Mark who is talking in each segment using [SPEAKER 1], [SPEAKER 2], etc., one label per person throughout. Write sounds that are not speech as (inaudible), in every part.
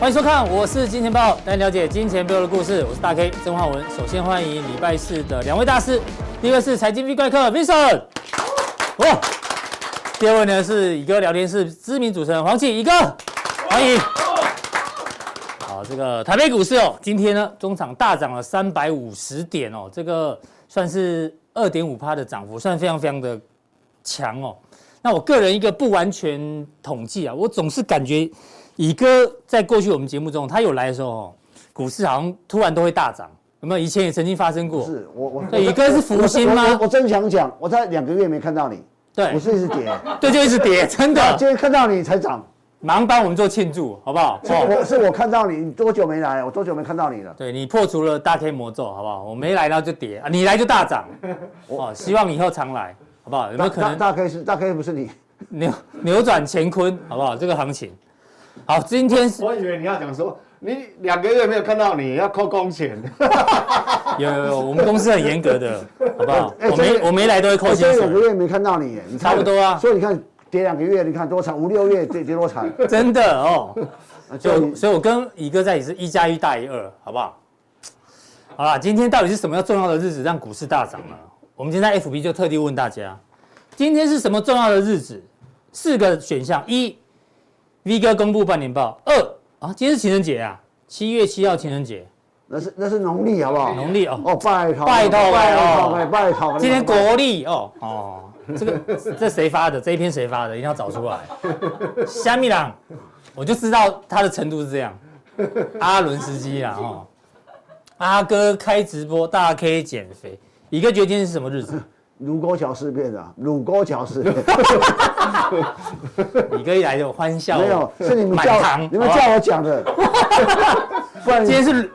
[SPEAKER 1] 欢迎收看，我是金钱豹，带你了解金钱背后的故事。我是大 K 曾焕文。首先欢迎礼拜四的两位大师，第一位是财经 V 怪客 Vincent，哇！哦第二位呢是乙哥聊天室知名主持人黄启乙哥，欢迎。好，这个台北股市哦，今天呢中场大涨了三百五十点哦，这个算是二点五趴的涨幅，算非常非常的强哦。那我个人一个不完全统计啊，我总是感觉乙哥在过去我们节目中，他有来的时候哦，股市好像突然都会大涨，有没有？以前也曾经发生过。
[SPEAKER 2] 是我我
[SPEAKER 1] 对，乙哥是福星
[SPEAKER 2] 我
[SPEAKER 1] 吗
[SPEAKER 2] 我？我真想讲，我在两个月没看到你，
[SPEAKER 1] 对
[SPEAKER 2] 我是一直跌，
[SPEAKER 1] (laughs) 对，就一直跌，真
[SPEAKER 2] 啊
[SPEAKER 1] 的
[SPEAKER 2] 今。天看到你才涨。
[SPEAKER 1] 马上帮我们做庆祝，好不好？
[SPEAKER 2] 是我是我看到你，你多久没来？我多久没看到你了？
[SPEAKER 1] 对你破除了大 K 魔咒，好不好？我没来到就跌啊，你来就大涨，哦，希望你以后常来，好不好？有没有可
[SPEAKER 2] 大
[SPEAKER 1] 能
[SPEAKER 2] 大概是大概不是你，
[SPEAKER 1] 扭扭转乾坤，好不好？这个行情，好，今天是
[SPEAKER 3] 我以为你要讲说，你两个月没有看到你，要扣工钱。 (laughs)
[SPEAKER 1] 有有有，我们公司很严格的，好不好？
[SPEAKER 2] 哎
[SPEAKER 1] 我
[SPEAKER 2] 真
[SPEAKER 1] 没
[SPEAKER 2] 的
[SPEAKER 1] 我没来都会扣
[SPEAKER 2] 我
[SPEAKER 1] 薪
[SPEAKER 2] 真的哎两个
[SPEAKER 1] 水，
[SPEAKER 2] 月没看到你耶，你看
[SPEAKER 1] 差不多啊
[SPEAKER 2] 所以你看跌两个月，你看多惨，五六月跌跌
[SPEAKER 1] (laughs)
[SPEAKER 2] 多惨。
[SPEAKER 1] 真的哦。
[SPEAKER 2] 所以
[SPEAKER 1] 就所以，我跟乙哥在一起是一加一大于二，好不好？好啦，今天到底是什么样重要的日子让股市大涨呢？我们今天在 FB 就特地问大家，今天是什么重要的日子？四个选项：一，V 哥公布半年报；二啊，今天是情人节啊，七月七号情人节，
[SPEAKER 2] 那是那是农历好不好？
[SPEAKER 1] 农历哦。
[SPEAKER 2] 哦，拜托
[SPEAKER 1] 拜托
[SPEAKER 2] 拜
[SPEAKER 1] 拜
[SPEAKER 2] 托
[SPEAKER 1] 托
[SPEAKER 2] 拜托。
[SPEAKER 1] 今天国历哦哦，这个这谁发的？这一篇谁发的？一定要找出来。虾米朗，我就知道他的程度是这样。阿伦斯基啦哦，阿哥开直播，大 K 减肥。乙哥觉得今天是什么日子？
[SPEAKER 2] 乳沟桥事变啊，乳沟
[SPEAKER 1] (laughs)
[SPEAKER 2] 桥事变
[SPEAKER 1] 乙哥一来就欢笑，
[SPEAKER 2] 没有，是你们
[SPEAKER 1] 满
[SPEAKER 2] 叫
[SPEAKER 1] 堂
[SPEAKER 2] 你们
[SPEAKER 1] 好不好
[SPEAKER 2] 叫我讲的， (laughs) 不
[SPEAKER 1] 今
[SPEAKER 2] 然你
[SPEAKER 1] 天是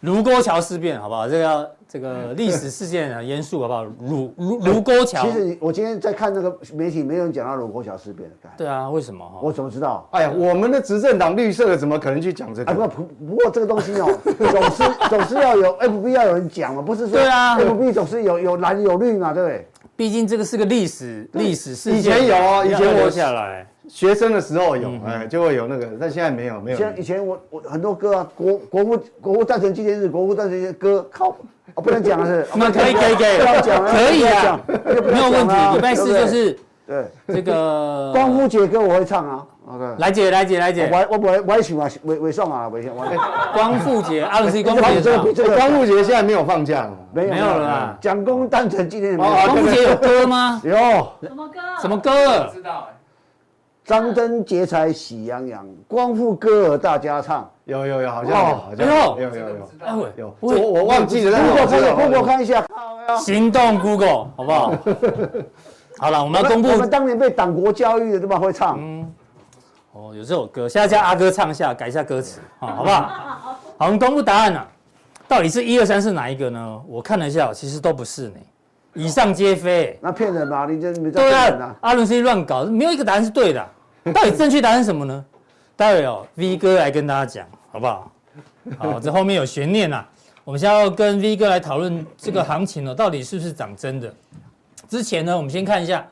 [SPEAKER 1] 卢沟桥事变，好不好？这个要这个历史事件很严肃，好不好？卢卢卢沟桥
[SPEAKER 2] 其，实你我今天在看那个媒体，没有人讲到鲁国桥事变的，干
[SPEAKER 1] 对啊，为什么？哈
[SPEAKER 2] 我怎么知道？
[SPEAKER 3] 哎呀，我们的执政党绿色的怎么可能去讲这
[SPEAKER 2] 啊，不
[SPEAKER 3] 个？
[SPEAKER 2] 不不过这个东西
[SPEAKER 1] (laughs)
[SPEAKER 2] 哦，总是总是要有 FB 要有人讲嘛，不是说
[SPEAKER 1] 对啊
[SPEAKER 2] FB 总是有有蓝有绿嘛，对不对？
[SPEAKER 1] 毕竟这个是个历史历史事件，
[SPEAKER 3] 以前有啊以前
[SPEAKER 1] 要
[SPEAKER 3] 我
[SPEAKER 1] 留下来。
[SPEAKER 3] 学生的时候有，哎，就会有那个，但现在没有，没有。
[SPEAKER 2] 像以前我我很多歌啊，国国父国父诞辰纪念日，国父诞辰纪念日歌靠，哦不能讲了是，哦
[SPEAKER 1] (laughs) 那可以可以可以
[SPEAKER 2] 不要讲了，
[SPEAKER 1] 可以啊
[SPEAKER 2] 不要讲，
[SPEAKER 1] 没有问题。礼拜四就
[SPEAKER 2] 对
[SPEAKER 1] 是
[SPEAKER 2] 不对
[SPEAKER 1] 这
[SPEAKER 2] 对
[SPEAKER 1] 个
[SPEAKER 2] 光复节歌我会唱啊，OK，
[SPEAKER 1] 来姐来姐来姐
[SPEAKER 2] 我，还我我我也喜欢尾尾送啊，尾送，我
[SPEAKER 1] (laughs) 光复节，阿伦斯基光复
[SPEAKER 2] 光
[SPEAKER 1] 节
[SPEAKER 2] 复
[SPEAKER 1] 是
[SPEAKER 2] 哎这
[SPEAKER 1] 吧
[SPEAKER 2] 个不
[SPEAKER 3] 哎光复节现在没有放假哦。
[SPEAKER 2] 没有
[SPEAKER 1] 没有了啦
[SPEAKER 2] 蒋公诞辰纪念日没
[SPEAKER 3] 哦
[SPEAKER 1] 光
[SPEAKER 2] 有，
[SPEAKER 1] 复节有歌吗？
[SPEAKER 2] 啊有。
[SPEAKER 4] 什么歌？
[SPEAKER 1] 什么歌？
[SPEAKER 2] 张灯结彩喜洋洋，光复歌儿大家唱。
[SPEAKER 3] 有有有，好像
[SPEAKER 2] 哦
[SPEAKER 3] 有，好像有，有有有
[SPEAKER 1] 哎喂，
[SPEAKER 3] 有。
[SPEAKER 1] 我也
[SPEAKER 3] 我我忘记了，但是
[SPEAKER 2] Google
[SPEAKER 3] 我知道
[SPEAKER 2] Google Google 看一下，
[SPEAKER 1] 啊
[SPEAKER 2] 靠呀！
[SPEAKER 1] 行动 Google 好不
[SPEAKER 2] (laughs)
[SPEAKER 1] 好？好了，我们要公布嗯
[SPEAKER 2] 我们当年被党国教育的，对吧？会唱。
[SPEAKER 1] 哦，有这首歌，现在叫阿哥唱一下，改一下歌词啊，好不好？好，我们公布答案啊，到底是一二三是哪一个呢？我看了一下，其实都不是呢，以上皆非、
[SPEAKER 2] 那骗人嘛？你这你这
[SPEAKER 1] 对
[SPEAKER 2] 骗人
[SPEAKER 1] 啊
[SPEAKER 2] 啊！，
[SPEAKER 1] 阿伦斯基乱搞，没有一个答案是对
[SPEAKER 3] (laughs)
[SPEAKER 1] 的啊、到底正确答案是什么呢？待会哦，V 哥来跟大家讲，好不好？好，这后面有悬念啊。我们现在要跟 V 哥来讨论这个行情哦，到底是不是涨真的？之前呢，我们先看一下，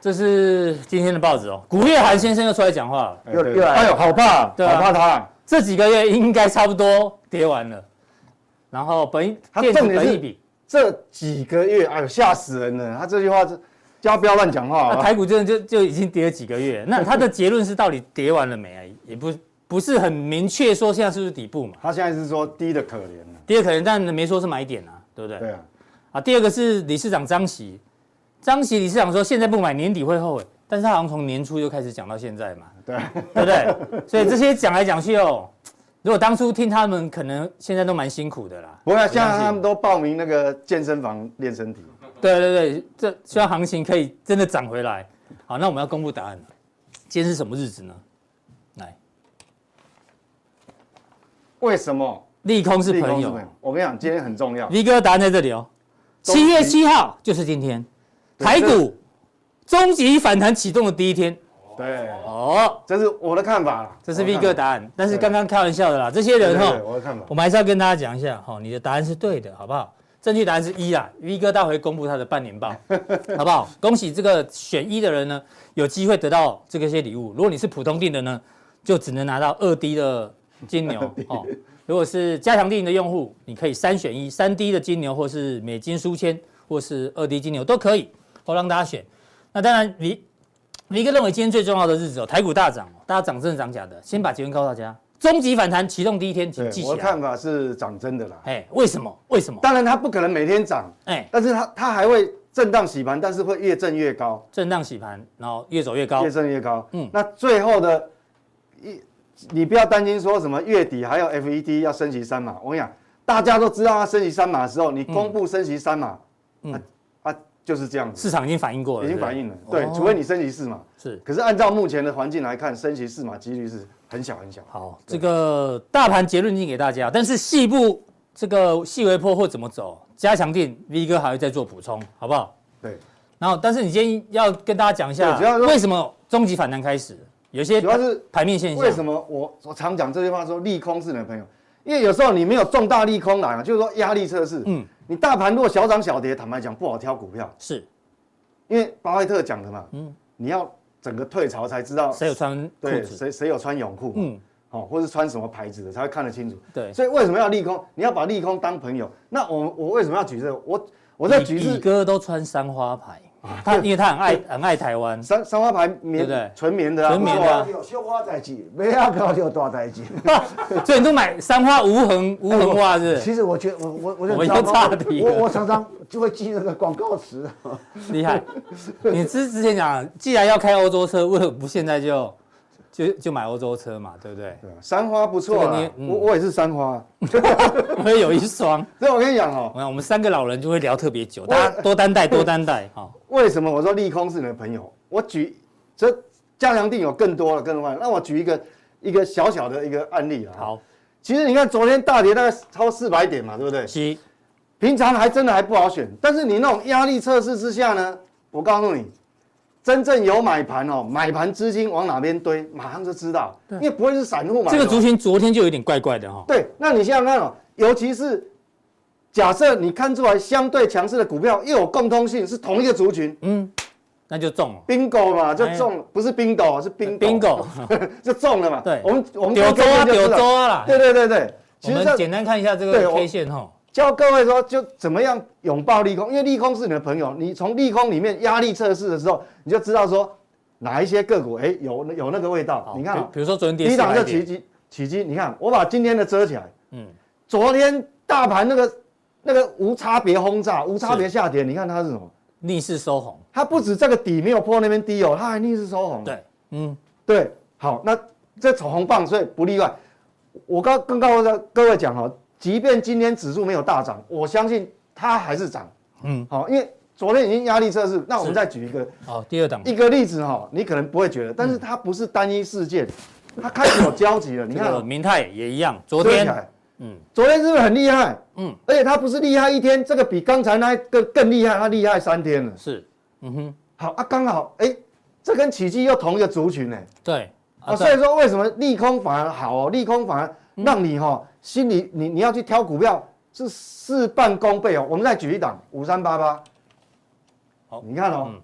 [SPEAKER 1] 这是今天的报纸哦，古月涵先生又出来讲话了。
[SPEAKER 3] 哎
[SPEAKER 2] 又
[SPEAKER 3] 对
[SPEAKER 2] 又来了
[SPEAKER 3] 哎呦，好怕，好
[SPEAKER 1] 对啊
[SPEAKER 3] 怕他。
[SPEAKER 1] 这几个月应该差不多跌完了，然后本
[SPEAKER 3] 他
[SPEAKER 1] 电子
[SPEAKER 3] 重点是
[SPEAKER 1] 本一比，
[SPEAKER 3] 这几个月，哎呦，吓死人了。他这句话是，叫他不要乱讲话好啊
[SPEAKER 1] 那
[SPEAKER 3] 吧？
[SPEAKER 1] 啊台股真的就就已经跌了几个月，那它的结论是到底跌完了没啊？也不不是很明确说现在是不是底部嘛？
[SPEAKER 3] 他现在是说低的可怜了。
[SPEAKER 1] 第二可能但没说是买点啊，对不对？
[SPEAKER 3] 对啊，
[SPEAKER 1] 啊，第二个是理事长张喜，张喜理事长说现在不买年底会后悔，但是他好像从年初就开始讲到现在嘛，
[SPEAKER 3] 对啊。
[SPEAKER 1] 对不
[SPEAKER 3] (laughs)
[SPEAKER 1] 对？所以这些讲来讲去哦，如果当初听他们，可能现在都蛮辛苦的啦。
[SPEAKER 3] 不会啊，现在他们都报名那个健身房练身体。
[SPEAKER 1] 对对对，这希望行情可以真的涨回来。好，那我们要公布答案了。今天是什么日子呢？来，
[SPEAKER 3] 为什么？
[SPEAKER 1] 利空是
[SPEAKER 3] 立功
[SPEAKER 1] 朋
[SPEAKER 3] 是
[SPEAKER 1] 友
[SPEAKER 3] 朋。友。我跟你讲，今天很重要。
[SPEAKER 1] 嗯 V 哥答案在这里哦。七月七号就是今天，
[SPEAKER 3] 对
[SPEAKER 1] 台
[SPEAKER 3] 这
[SPEAKER 1] 股终极反弹启动的第一天。
[SPEAKER 3] 对，
[SPEAKER 1] 哦，
[SPEAKER 3] 这是我的看法啦。
[SPEAKER 1] 这是
[SPEAKER 3] 我
[SPEAKER 1] V
[SPEAKER 3] 的看
[SPEAKER 1] 哥
[SPEAKER 3] 法
[SPEAKER 1] 答案，但是刚刚开玩笑的啦，这些人
[SPEAKER 3] 哦
[SPEAKER 1] 哦
[SPEAKER 3] 对对
[SPEAKER 1] 哈
[SPEAKER 3] 对，我的看法
[SPEAKER 1] 我们还是要跟大家讲一下哈，你的答案是对的，好不好？正确答案是一啦，V 哥待会公布他的半年
[SPEAKER 3] (laughs)
[SPEAKER 1] 报，好不好？恭喜这个选一的人呢，有机会得到这个些礼物。如果你是普通定的呢，就只能拿到二 D 的金
[SPEAKER 3] (laughs)
[SPEAKER 1] 牛哦。如果是加强定的用户，你可以三选一，三 D 的金牛，或是美金书签，或是二 D 金牛都可以，我让大家选。那当然，你李哥认为今天最重要的日子哦，台股大涨哦，大家涨真的涨假的？先把结论告诉大家，终极反弹启动第一天，请啊记
[SPEAKER 3] 对，
[SPEAKER 1] 起
[SPEAKER 3] 我的
[SPEAKER 1] 来
[SPEAKER 3] 看。法是涨真的啦。
[SPEAKER 1] 哎，为什么？为什么？
[SPEAKER 3] 当然它不可能每天涨，
[SPEAKER 1] 哎，
[SPEAKER 3] 但是它它还会震荡洗盘，但是会越震越高，
[SPEAKER 1] 震荡洗盘，然后越走越高
[SPEAKER 3] 越。震越高。
[SPEAKER 1] 嗯
[SPEAKER 3] 嗯，那最后的一，你不要担心说什么月底还有 FED 要升息三码，我跟你讲，大家都知道它升息三码的时候，你公布升息三码，嗯，它、就是这样子，
[SPEAKER 1] 市场已经反应过了，
[SPEAKER 3] 已经
[SPEAKER 1] 对不对
[SPEAKER 3] 反映了。对，
[SPEAKER 1] 哦
[SPEAKER 3] 除非你升息四码，
[SPEAKER 1] 是
[SPEAKER 3] 可是按照目前的环境来看，升息四码几率是很小很小。
[SPEAKER 1] 好，这个大盘结论已经给大家，但是细部这个细微波或怎么走，加强定 V 哥还会再做补充，好不好？
[SPEAKER 3] 对，
[SPEAKER 1] 然后，但是你今天要跟大家讲一下
[SPEAKER 3] 对主要，是
[SPEAKER 1] 为什么终极反弹开始，有些
[SPEAKER 3] 主要是
[SPEAKER 1] 盘面现象。
[SPEAKER 3] 为什么我我常讲这句话说利空是你的朋友？因为有时候你没有重大利空来啊，就是说压力测试。
[SPEAKER 1] 嗯
[SPEAKER 3] 嗯，你大盘如果小涨小跌，坦白讲不好挑股票，
[SPEAKER 1] 是
[SPEAKER 3] 因为巴菲特讲的嘛，嗯，你要整个退潮才知道
[SPEAKER 1] 谁有穿裤
[SPEAKER 3] 对
[SPEAKER 1] 子？
[SPEAKER 3] 谁谁有穿泳裤，嗯
[SPEAKER 1] 嗯，
[SPEAKER 3] 哦，或是穿什么牌子的才会看得清楚。
[SPEAKER 1] 对
[SPEAKER 3] 所以为什么要利空？你要把利空当朋友。那我我为什么要举这个？我我在举
[SPEAKER 1] 李
[SPEAKER 3] 是
[SPEAKER 1] 哥都穿三花牌，
[SPEAKER 3] (laughs)
[SPEAKER 1] 他因为他很爱很爱台湾，
[SPEAKER 3] 三三花牌
[SPEAKER 1] 对
[SPEAKER 3] 棉
[SPEAKER 1] 不对
[SPEAKER 3] 纯棉的啊，
[SPEAKER 1] 纯棉的啊
[SPEAKER 3] 不是吗
[SPEAKER 2] 有小花代志，没啊搞有大代志。
[SPEAKER 1] 所以你都买三花无痕无痕袜是不是
[SPEAKER 2] 其实我觉得我我我
[SPEAKER 1] 我们
[SPEAKER 2] 就
[SPEAKER 1] 又岔题了哦
[SPEAKER 2] 我我常常就会记那个广告词，
[SPEAKER 1] 厉害。你之之前讲，既然要开欧洲车，为何不现在就就就买欧洲车嘛，对不对？
[SPEAKER 3] 对啊三花不错
[SPEAKER 1] 这个
[SPEAKER 3] 啊
[SPEAKER 1] 你，嗯
[SPEAKER 3] 我我也是三花啊。
[SPEAKER 1] 我也有一双。
[SPEAKER 3] 所以我跟你讲哦，
[SPEAKER 1] 我想我们三个老人就会聊特别久，大家多担待多担待哈。
[SPEAKER 3] 为什么我说利空是你的朋友？我举这加强定有更多了，更多了。那我举一个一个小小的一个案例啊。，
[SPEAKER 1] 好，
[SPEAKER 3] 其实你看昨天大跌大概超四百点嘛，对不对？
[SPEAKER 1] 七
[SPEAKER 3] 平常还真的还不好选，但是你那种压力测试之下呢，我告诉你，真正有买盘哦，买盘资金往哪边堆，马上就知道，因为不会是散户买的
[SPEAKER 1] 这
[SPEAKER 3] 嘛。
[SPEAKER 1] 个族群昨天就有点怪怪的哈。
[SPEAKER 3] 对，那你想想看哦，尤其是假设你看出来相对强势的股票又有共通性，是同一个族群，
[SPEAKER 1] 嗯，那就中了。
[SPEAKER 3] bingo 嘛，就中了，不是 bingo，是 bingo，,
[SPEAKER 1] 哎 bingo，
[SPEAKER 3] 就中了嘛。
[SPEAKER 1] 对
[SPEAKER 3] 我们我们
[SPEAKER 1] 柳州啊
[SPEAKER 3] 就
[SPEAKER 1] 柳
[SPEAKER 3] 知道
[SPEAKER 1] 州啊啦。
[SPEAKER 3] 对对对对，
[SPEAKER 1] 我
[SPEAKER 3] 其实
[SPEAKER 1] 们
[SPEAKER 3] 这
[SPEAKER 1] 简单看一下这
[SPEAKER 3] 对
[SPEAKER 1] 个
[SPEAKER 3] 我
[SPEAKER 1] K 线哈。
[SPEAKER 3] 教各位说，就怎么样拥抱利空，因为利空是你的朋友，你从利空里面压力测试的时候，你就知道说哪一些个股哎、有有那个味道
[SPEAKER 1] 好。
[SPEAKER 3] 你看、
[SPEAKER 1] 比
[SPEAKER 3] 哦，
[SPEAKER 1] 比如说昨天跌
[SPEAKER 3] 低
[SPEAKER 1] 四
[SPEAKER 3] 档
[SPEAKER 1] 百
[SPEAKER 3] 就起
[SPEAKER 1] 点，
[SPEAKER 3] 机起机，你看我把今天的遮起来，
[SPEAKER 1] 嗯
[SPEAKER 3] 嗯，昨天大盘那个那个无差别轰炸、无差别下跌，你看它是什么？
[SPEAKER 1] 逆势收红。
[SPEAKER 3] 它不止这个底没有破那边低哦，它还逆势收红。
[SPEAKER 1] 对，嗯，
[SPEAKER 3] 对，好，那这炒红棒，所以不例外。我刚跟各位各位讲哈，哦即便今天指数没有大涨，我相信它还是涨。
[SPEAKER 1] 嗯
[SPEAKER 3] 嗯，好，因为昨天已经压力测试，那我们
[SPEAKER 1] 是
[SPEAKER 3] 再举一个
[SPEAKER 1] 好，第二档
[SPEAKER 3] 一个例子哈，你可能不会觉得，但
[SPEAKER 1] 嗯
[SPEAKER 3] 是它不是单一事件，它开始有交集了。你
[SPEAKER 1] 这
[SPEAKER 3] 看
[SPEAKER 1] 个
[SPEAKER 3] 哦，
[SPEAKER 1] 明泰也一样，昨
[SPEAKER 3] 遮起
[SPEAKER 1] 天
[SPEAKER 3] 来，
[SPEAKER 1] 嗯
[SPEAKER 3] 嗯，昨天是不是很厉害？
[SPEAKER 1] 嗯
[SPEAKER 3] 嗯，而且它不是厉害一天，这个比刚才那一个更厉害，它厉害三天了。
[SPEAKER 1] 是，嗯哼，
[SPEAKER 3] 好啊，刚好，哎，这跟奇迹又同一个族群呢、
[SPEAKER 1] 对，
[SPEAKER 3] 啊，
[SPEAKER 1] 啊，
[SPEAKER 3] 所以
[SPEAKER 1] 对，
[SPEAKER 3] 说为什么利空反而好哦？利空反而让你哈、
[SPEAKER 1] 嗯
[SPEAKER 3] 哦心里你你要去挑股票是事半功倍哦。我们再举一档五三八八，
[SPEAKER 1] 好
[SPEAKER 3] 你看哦，
[SPEAKER 1] 嗯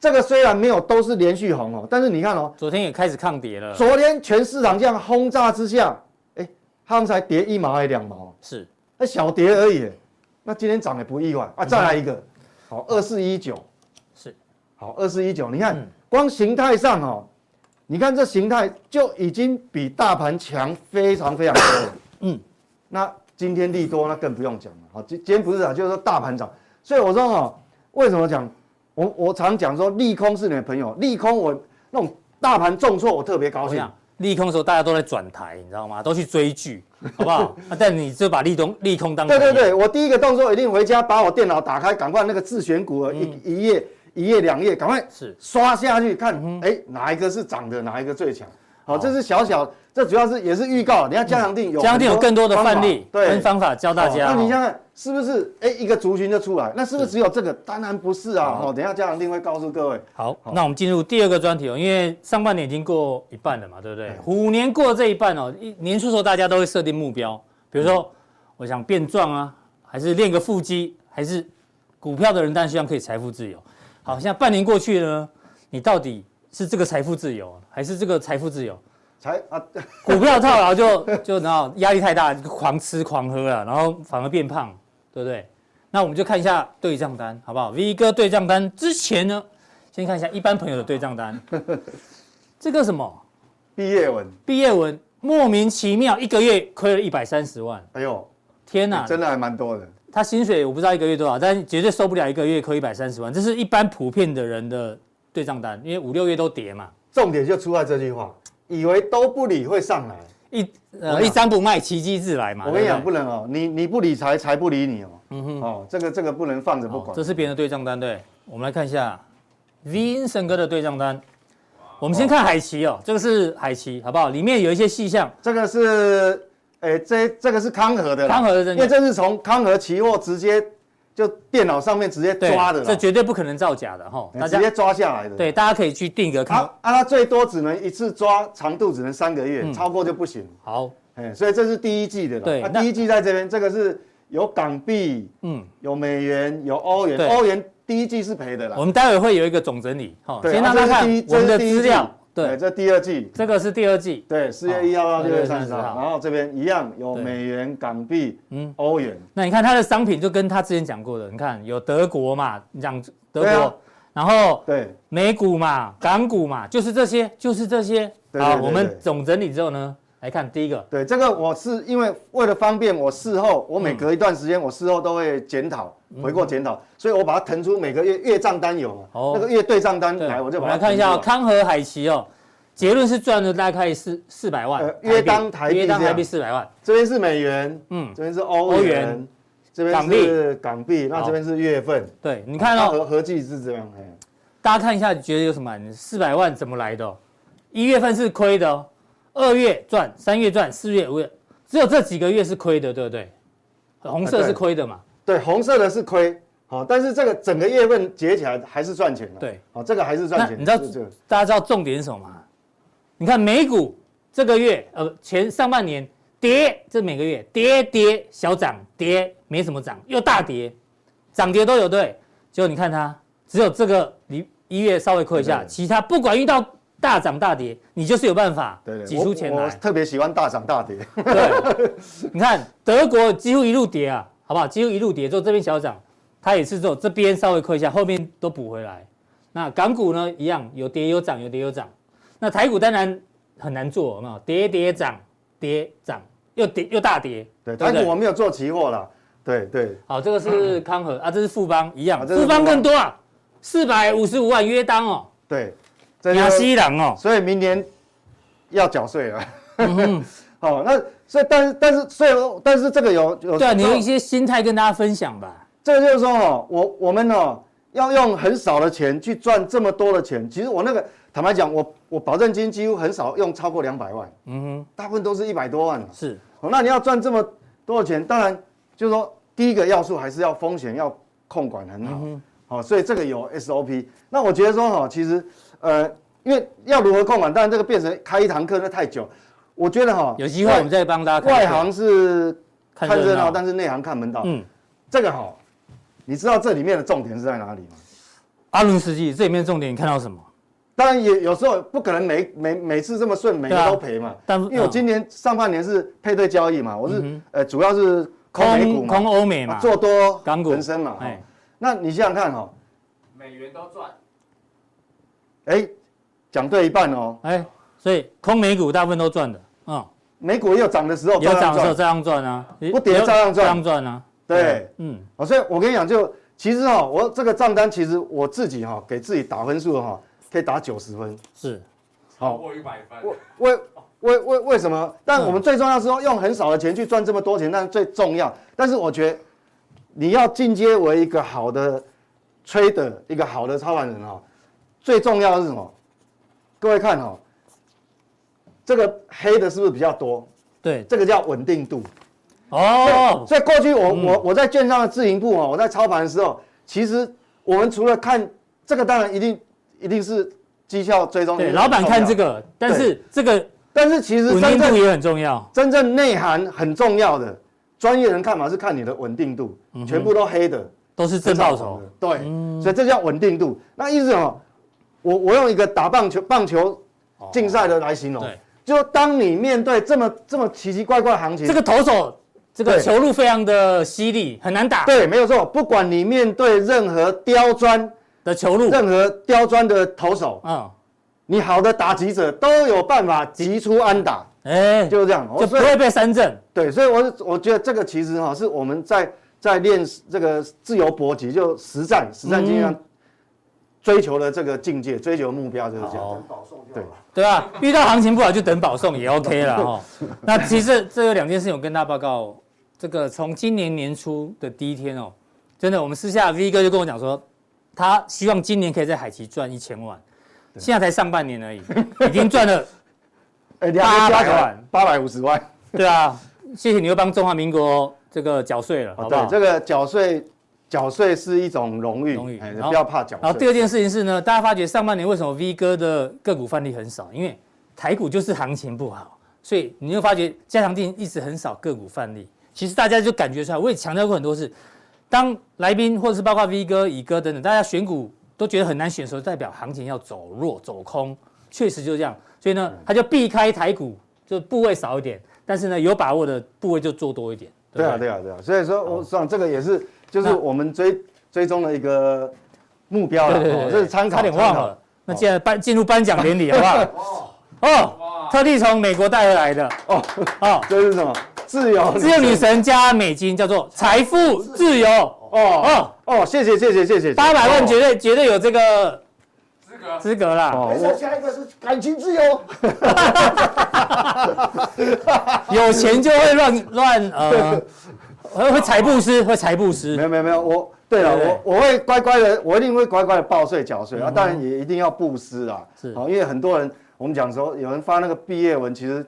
[SPEAKER 3] 这个虽然没有都是连续红哦，但是你看哦，
[SPEAKER 1] 昨天也开始抗跌了，
[SPEAKER 3] 昨天全市场这样轰炸之下，哎，它们才跌一毛还两毛，啊
[SPEAKER 1] 是，
[SPEAKER 3] 那小跌而已耶，那今天涨也不意外啊。再来一个，好二四一九
[SPEAKER 1] 是，
[SPEAKER 3] 好二四一九，你看、
[SPEAKER 1] 嗯
[SPEAKER 3] 光形态上哦，你看这形态就已经比大盘强非常非常多了。
[SPEAKER 1] 嗯
[SPEAKER 3] 嗯，那今天利多那更不用讲了。好，今今天不是啊，就是说大盘涨，所以我说哦，为什么讲我我常讲说利空是你的朋友，利空我那种大盘重挫我特别高
[SPEAKER 1] 我
[SPEAKER 3] 兴。
[SPEAKER 1] 想利空的时候大家都在转台，你知道吗？都去追
[SPEAKER 3] (laughs)
[SPEAKER 1] 剧，好不好？啊但你就把利空利空当
[SPEAKER 3] 对对
[SPEAKER 1] 朋友，
[SPEAKER 3] 对，我第一个动作一定回家把我电脑打开，赶快那个自选股
[SPEAKER 1] 嗯
[SPEAKER 3] 一、一页一页两页，赶快
[SPEAKER 1] 是
[SPEAKER 3] 刷下去看，
[SPEAKER 1] 嗯
[SPEAKER 3] 哎、哪一个是涨的，哪一个最强？好，这是小小，这主要是也是预告。你看加强定有
[SPEAKER 1] 嗯加强店有
[SPEAKER 3] 很多
[SPEAKER 1] 更多的
[SPEAKER 3] 方法
[SPEAKER 1] 范例
[SPEAKER 3] 对
[SPEAKER 1] 跟方法教大家
[SPEAKER 3] 好
[SPEAKER 1] 哦。
[SPEAKER 3] 那你想想，是不是？哎、一个族群就出来，那是不是只有这个？当然不是啊！
[SPEAKER 1] 好
[SPEAKER 3] 哦，等一下嘉良定会告诉各位。
[SPEAKER 1] 好，那我们进入第二个专题哦，因为上半年已经过一半了嘛，对不对？虎年过这一半哦，一年初的时候大家都会设定目标，比如说我想变壮啊，还是练个腹肌，还是股票的人，但希望可以财富自由。好，现在半年过去了呢，你到底是这个财富自由，还是这个财富自由？
[SPEAKER 3] 才啊，
[SPEAKER 1] 股票套牢就 (laughs) 就然后压力太大，就狂吃狂喝了，然后反而变胖，对不对？那我们就看一下对账单，好不好？V 哥对账单之前呢，先看一下一般朋友的对账
[SPEAKER 3] (laughs)
[SPEAKER 1] 单。这个什么
[SPEAKER 3] 毕业文，
[SPEAKER 1] 毕业文莫名其妙一个月亏了一百三十万，
[SPEAKER 3] 哎呦，
[SPEAKER 1] 天哪！
[SPEAKER 3] 真的还蛮多的。
[SPEAKER 1] 他薪水我不知道一个月多少，但绝对受不了一个月亏一百三十万，这是一般普遍的人的对账单，因为五六月都跌嘛，
[SPEAKER 3] 重点就出在这句话，以为都不理会上来。
[SPEAKER 1] 一
[SPEAKER 3] 我
[SPEAKER 1] 呃
[SPEAKER 3] 跟你讲
[SPEAKER 1] 一张不卖，奇迹自来嘛。
[SPEAKER 3] 我跟你
[SPEAKER 1] 啊对
[SPEAKER 3] 讲，
[SPEAKER 1] 不
[SPEAKER 3] 不
[SPEAKER 1] 对嗯
[SPEAKER 3] 能哦，你你不理财，财不理你哦。哦，这个这个不能放着不
[SPEAKER 1] 好
[SPEAKER 3] 管。
[SPEAKER 1] 这是别人的对账单，对，我们来看一下 Vincent 哥的对账单。我们先看海奇哦，这个是海奇，好不好？里面有一些细项，
[SPEAKER 3] 这个是，哎，这这个是康和的啦，
[SPEAKER 1] 康和的证
[SPEAKER 3] 因
[SPEAKER 1] 券
[SPEAKER 3] 为这是从康和期货直接就电脑上面直接
[SPEAKER 1] 对，
[SPEAKER 3] 抓的啦，
[SPEAKER 1] 这绝对不可能造假的哈，
[SPEAKER 3] 哎
[SPEAKER 1] 大
[SPEAKER 3] 直
[SPEAKER 1] 家
[SPEAKER 3] 接抓下来的。
[SPEAKER 1] 对，大家可以去定个
[SPEAKER 3] 啊，
[SPEAKER 1] 看。
[SPEAKER 3] 啊，它最多只能一次抓，长度只能三个月，超过就不行。
[SPEAKER 1] 好，
[SPEAKER 3] 哎，所以这是第一季的了。
[SPEAKER 1] 嗯对
[SPEAKER 3] 啊
[SPEAKER 1] 那
[SPEAKER 3] 第一季在这边，这个是有港币、
[SPEAKER 1] 嗯，
[SPEAKER 3] 有美元、有欧元
[SPEAKER 1] 对，
[SPEAKER 3] 欧元第一季是赔的啦
[SPEAKER 1] 我。们待会会有一个总整理哈，
[SPEAKER 3] 对
[SPEAKER 1] 先
[SPEAKER 3] 啊
[SPEAKER 1] 让大家
[SPEAKER 3] 这是第一
[SPEAKER 1] 看我们的
[SPEAKER 3] 这是第一季
[SPEAKER 1] 资料。
[SPEAKER 3] 哎
[SPEAKER 1] 对，
[SPEAKER 3] 这第二季，
[SPEAKER 1] 这个是第二季，
[SPEAKER 3] 对，四月一号到
[SPEAKER 1] 对
[SPEAKER 3] 六
[SPEAKER 1] 对
[SPEAKER 3] 月三十
[SPEAKER 1] 30
[SPEAKER 3] 号，
[SPEAKER 1] 号
[SPEAKER 3] 然后这边一样有
[SPEAKER 1] 对
[SPEAKER 3] 美元、港币、
[SPEAKER 1] 嗯
[SPEAKER 3] 嗯、欧元，
[SPEAKER 1] 那你看它的商品就跟他之前讲过的，你看有德国嘛，你讲德
[SPEAKER 3] 对啊
[SPEAKER 1] 国，然后
[SPEAKER 3] 对，
[SPEAKER 1] 美股嘛，港股嘛，就是这些，就是这些。
[SPEAKER 3] 对
[SPEAKER 1] 好，
[SPEAKER 3] 对对
[SPEAKER 1] 我们
[SPEAKER 3] 对
[SPEAKER 1] 总整理之后呢，来看第一个，
[SPEAKER 3] 对，这个我是因为为了方便，我事后我每隔一段时间，我事后都会检讨，
[SPEAKER 1] 嗯
[SPEAKER 3] 回过检讨，所以我把它腾出每个月月账单有嘛
[SPEAKER 1] 哦，
[SPEAKER 3] 那个月对账单哎
[SPEAKER 1] 对
[SPEAKER 3] 来，我就
[SPEAKER 1] 我
[SPEAKER 3] 把
[SPEAKER 1] 们
[SPEAKER 3] 它
[SPEAKER 1] 来看一下哦
[SPEAKER 3] 腾出来
[SPEAKER 1] 康和海奇哦，结论是赚了大概四四百万
[SPEAKER 3] 呃
[SPEAKER 1] 台币，
[SPEAKER 3] 约当台币
[SPEAKER 1] 约当
[SPEAKER 3] 这样
[SPEAKER 1] 台币四百万。
[SPEAKER 3] 这边是美元，
[SPEAKER 1] 嗯
[SPEAKER 3] 嗯，这边是欧
[SPEAKER 1] 欧元
[SPEAKER 3] 元，这边是港币，那
[SPEAKER 1] 好
[SPEAKER 3] 这边是月份，
[SPEAKER 1] 对，你看
[SPEAKER 3] 它
[SPEAKER 1] 哦，
[SPEAKER 3] 合合计是这样，哎，
[SPEAKER 1] 大家看一下，你觉得有什么？四百万怎么来的哦？一月份是亏的哦，二月赚，三月赚，四月五月，只有这几个月是亏的，对不对？红色
[SPEAKER 3] 呃对
[SPEAKER 1] 是亏的嘛？
[SPEAKER 3] 对，红色的是亏。好，但是这个整个月份结起来还是赚钱的。
[SPEAKER 1] 对，
[SPEAKER 3] 好，这个还是赚
[SPEAKER 1] 那
[SPEAKER 3] 钱。
[SPEAKER 1] 你知道
[SPEAKER 3] 是这个
[SPEAKER 1] 大家知道重点是什么吗？你看美股这个月，呃，前上半年跌，这每个月跌跌小涨，跌没什么涨，又大跌，涨跌都有对。结果你看它，只有这个你一月稍微亏一下，
[SPEAKER 3] 对对
[SPEAKER 1] 其他不管遇到大涨大跌，你就是有办法
[SPEAKER 3] 对对，
[SPEAKER 1] 挤
[SPEAKER 3] 我
[SPEAKER 1] 出钱
[SPEAKER 3] 我
[SPEAKER 1] 来。
[SPEAKER 3] 特别喜欢大涨大跌。 (laughs)
[SPEAKER 1] 对，你看德国几乎一路跌啊，好不好？几乎一路跌，就这边小涨，它也是只有这边稍微亏一下，后面都补回来。那港股呢，一样有跌有涨，有跌有涨。那台股当然很难做，有没有？跌跌涨，跌涨，又跌又大跌，
[SPEAKER 3] 对，
[SPEAKER 1] 不
[SPEAKER 3] 但是我没有做期货啦。对对，
[SPEAKER 1] 好，这个是康和啊，这是富邦一样，
[SPEAKER 3] 啊这是
[SPEAKER 1] 富
[SPEAKER 3] 富邦
[SPEAKER 1] 邦更多啊，四百五十五万约当哦，
[SPEAKER 3] 对，这
[SPEAKER 1] 亚
[SPEAKER 3] 就
[SPEAKER 1] 西郎哦，
[SPEAKER 3] 所以明年要缴税了。
[SPEAKER 1] 嗯
[SPEAKER 3] (laughs) 好，那所以但是但是所以但是这个有有
[SPEAKER 1] 对啊，你
[SPEAKER 3] 这
[SPEAKER 1] 有
[SPEAKER 3] 个
[SPEAKER 1] 一些心态跟大家分享吧。
[SPEAKER 3] 这个就是说哦，我我们哦要用很少的钱去赚这么多的钱。其实我那个坦白讲，我我保证金几乎很少用超过两百万，
[SPEAKER 1] 嗯
[SPEAKER 3] 大部分都是一百多万啊
[SPEAKER 1] 哼，是
[SPEAKER 3] 哦，那你要赚这么多的钱，当然就是说第一个要素还是要风险要控管很
[SPEAKER 1] 嗯
[SPEAKER 3] 好，好、所以这个有 SOP。那我觉得说哈、其实呃，因为要如何控管，当然这个变成开一堂课那太久，我觉得哈、
[SPEAKER 1] 有机会我们再帮大家看
[SPEAKER 3] 外外行是
[SPEAKER 1] 看
[SPEAKER 3] 看
[SPEAKER 1] 热闹
[SPEAKER 3] 热闹，但是内行看门道。
[SPEAKER 1] 哦嗯。
[SPEAKER 3] 这个哈、你知道这里面的重点是在哪里吗？
[SPEAKER 1] 阿伦斯基这里面重点你看到什么？
[SPEAKER 3] 当然也有时候不可能每每每次这么顺，每
[SPEAKER 1] 对啊
[SPEAKER 3] 个都赔嘛。
[SPEAKER 1] 但
[SPEAKER 3] 因为我今年上半年是配对交易嘛，我是、呃主要是空美股
[SPEAKER 1] 嗯空
[SPEAKER 3] 嘛
[SPEAKER 1] 空，欧美嘛，
[SPEAKER 3] 啊做多
[SPEAKER 1] 港股
[SPEAKER 3] 人生嘛。
[SPEAKER 1] 哎
[SPEAKER 3] 哈那你想想看哈，
[SPEAKER 4] 美元都赚，
[SPEAKER 3] 哎，讲对一半哦。
[SPEAKER 1] 哎，所以空美股大部分都赚的，嗯，
[SPEAKER 3] 美股也有涨的时候，
[SPEAKER 1] 有涨的时候
[SPEAKER 3] 哦赚。
[SPEAKER 1] 照样赚啊，
[SPEAKER 3] 不跌照样赚
[SPEAKER 1] 照样赚啊，
[SPEAKER 3] 对，
[SPEAKER 1] 嗯，
[SPEAKER 3] 哦，所以我跟你讲，就其实哈，我这个账单其实我自己哈给自己打分数哈，可以打九十分。
[SPEAKER 1] 是
[SPEAKER 4] 超
[SPEAKER 3] 好，
[SPEAKER 4] 过一百分。
[SPEAKER 3] 我为为为为什么？但我们
[SPEAKER 1] 嗯
[SPEAKER 3] 最重要是说用很少的钱去赚这么多钱，但是最重要。但是我觉得你要进阶为一个好的 trader，一个好的操盘人哈、哦，最重要的是什么？各位看哈、哦，这个黑的是不是比较多？
[SPEAKER 1] 对
[SPEAKER 3] 这个叫稳定度。
[SPEAKER 1] 哦，
[SPEAKER 3] 所以过去我、我我在券商的自营部啊，我在操盘的时候，其实我们除了看这个，当然一定一定是绩效追踪，
[SPEAKER 1] 对，老板看这，个，但是这个
[SPEAKER 3] 但是其实
[SPEAKER 1] 稳
[SPEAKER 3] 真
[SPEAKER 1] 定度
[SPEAKER 3] 正
[SPEAKER 1] 也很重要。
[SPEAKER 3] 真正内涵很重要的，专业人看法是看你的稳定度，全部都黑的，
[SPEAKER 1] 都是嗯正报酬，嗯
[SPEAKER 3] 对，所以这叫稳定度。那意思哦，我我用一个打棒球棒球竞赛的来形容，
[SPEAKER 1] 哦对
[SPEAKER 3] 就当你面对这么这么奇奇怪怪的行情，
[SPEAKER 1] 这个投手这个
[SPEAKER 3] 对
[SPEAKER 1] 球路非常的犀利，很难打
[SPEAKER 3] 对，没有错。不管你面对任何刁钻、
[SPEAKER 1] 的球路，
[SPEAKER 3] 任何刁钻的投手，
[SPEAKER 1] 嗯，
[SPEAKER 3] 你好的打击者都有办法击出安打，
[SPEAKER 1] 哎，就
[SPEAKER 3] 就是这样。我
[SPEAKER 1] 不
[SPEAKER 3] 所以
[SPEAKER 1] 会被三振，
[SPEAKER 3] 对，所以我是我觉得这个其实哈、是我们在在练这个自由搏击，就实战实战经
[SPEAKER 1] 嗯
[SPEAKER 3] 验上追求的这个境界，追求目标就是这样。
[SPEAKER 2] 保送就
[SPEAKER 3] 对
[SPEAKER 2] 好了。
[SPEAKER 1] 对吧？遇到行情不好就等保送也 OK 了哦。那其实这有两件事情我跟大家报告，这个从今年年初的第一天哦，真的我们私下 V 哥就跟我讲说，他希望今年可以在海奇赚一千万，现在才上半年而已，已经赚了，
[SPEAKER 3] 哎，两个加起
[SPEAKER 1] 800
[SPEAKER 3] 来
[SPEAKER 1] 万
[SPEAKER 3] 八百五十万。
[SPEAKER 1] 对啊，谢谢你又帮中华民国这个缴税了，好
[SPEAKER 3] 哦，
[SPEAKER 1] 不好
[SPEAKER 3] 对，？这个缴税，缴税是一种荣誉，
[SPEAKER 1] 荣誉
[SPEAKER 3] 哎
[SPEAKER 1] 然后
[SPEAKER 3] 不要怕缴
[SPEAKER 1] 然后第
[SPEAKER 3] 税。
[SPEAKER 1] 二件事情是呢，大家发觉上半年为什么 V 哥的个股范例很少？因为台股就是行情不好，所以你会发觉加强定一直很少个股范例。其实大家就感觉出来，我也强调过很多次，当来宾或者是包括 V 哥、乙哥等等，大家选股都觉得很难选的时候，代表行情要走弱、走空，确实就这样。所以呢，
[SPEAKER 3] 嗯
[SPEAKER 1] 他就避开台股，就部位少一点，但是呢，有把握的部位就做多一点。
[SPEAKER 3] 对啊，
[SPEAKER 1] 不
[SPEAKER 3] 对啊，对啊。所以说，我想这个也是，就是
[SPEAKER 1] 那
[SPEAKER 3] 我们追追踪的一个目标了，
[SPEAKER 1] 对对
[SPEAKER 3] 哦
[SPEAKER 1] 对，
[SPEAKER 3] 这是参考。
[SPEAKER 1] 差点忘
[SPEAKER 3] 参考
[SPEAKER 1] 了。那现在颁进入颁奖典礼好不
[SPEAKER 3] (laughs)
[SPEAKER 1] 好？哦，特地从美国带回来的
[SPEAKER 3] 哦，
[SPEAKER 1] 哦，
[SPEAKER 3] (laughs) 这是什么？自由神，
[SPEAKER 1] 自由女神加美金叫做财富自由
[SPEAKER 3] 哦
[SPEAKER 1] 哦，
[SPEAKER 3] 哦，谢谢谢谢谢谢，
[SPEAKER 1] 八百万
[SPEAKER 3] 哦
[SPEAKER 1] 绝对绝对有这个
[SPEAKER 4] 资格。
[SPEAKER 1] 资格啦，
[SPEAKER 3] 哦
[SPEAKER 2] 没事，哎下一个是感情自由，
[SPEAKER 1] 有钱就会乱乱
[SPEAKER 3] (laughs)
[SPEAKER 1] 呃，会会财布施，会财布
[SPEAKER 3] 没
[SPEAKER 1] 施，
[SPEAKER 3] 有没有没有，我对了，
[SPEAKER 1] 对对嗯
[SPEAKER 3] 我我会乖乖的，我一定会乖乖的报税缴税啊，当然也一定要布施啦。
[SPEAKER 1] 是
[SPEAKER 3] 好，因为很多人我们讲说，有人发那个毕业文，其实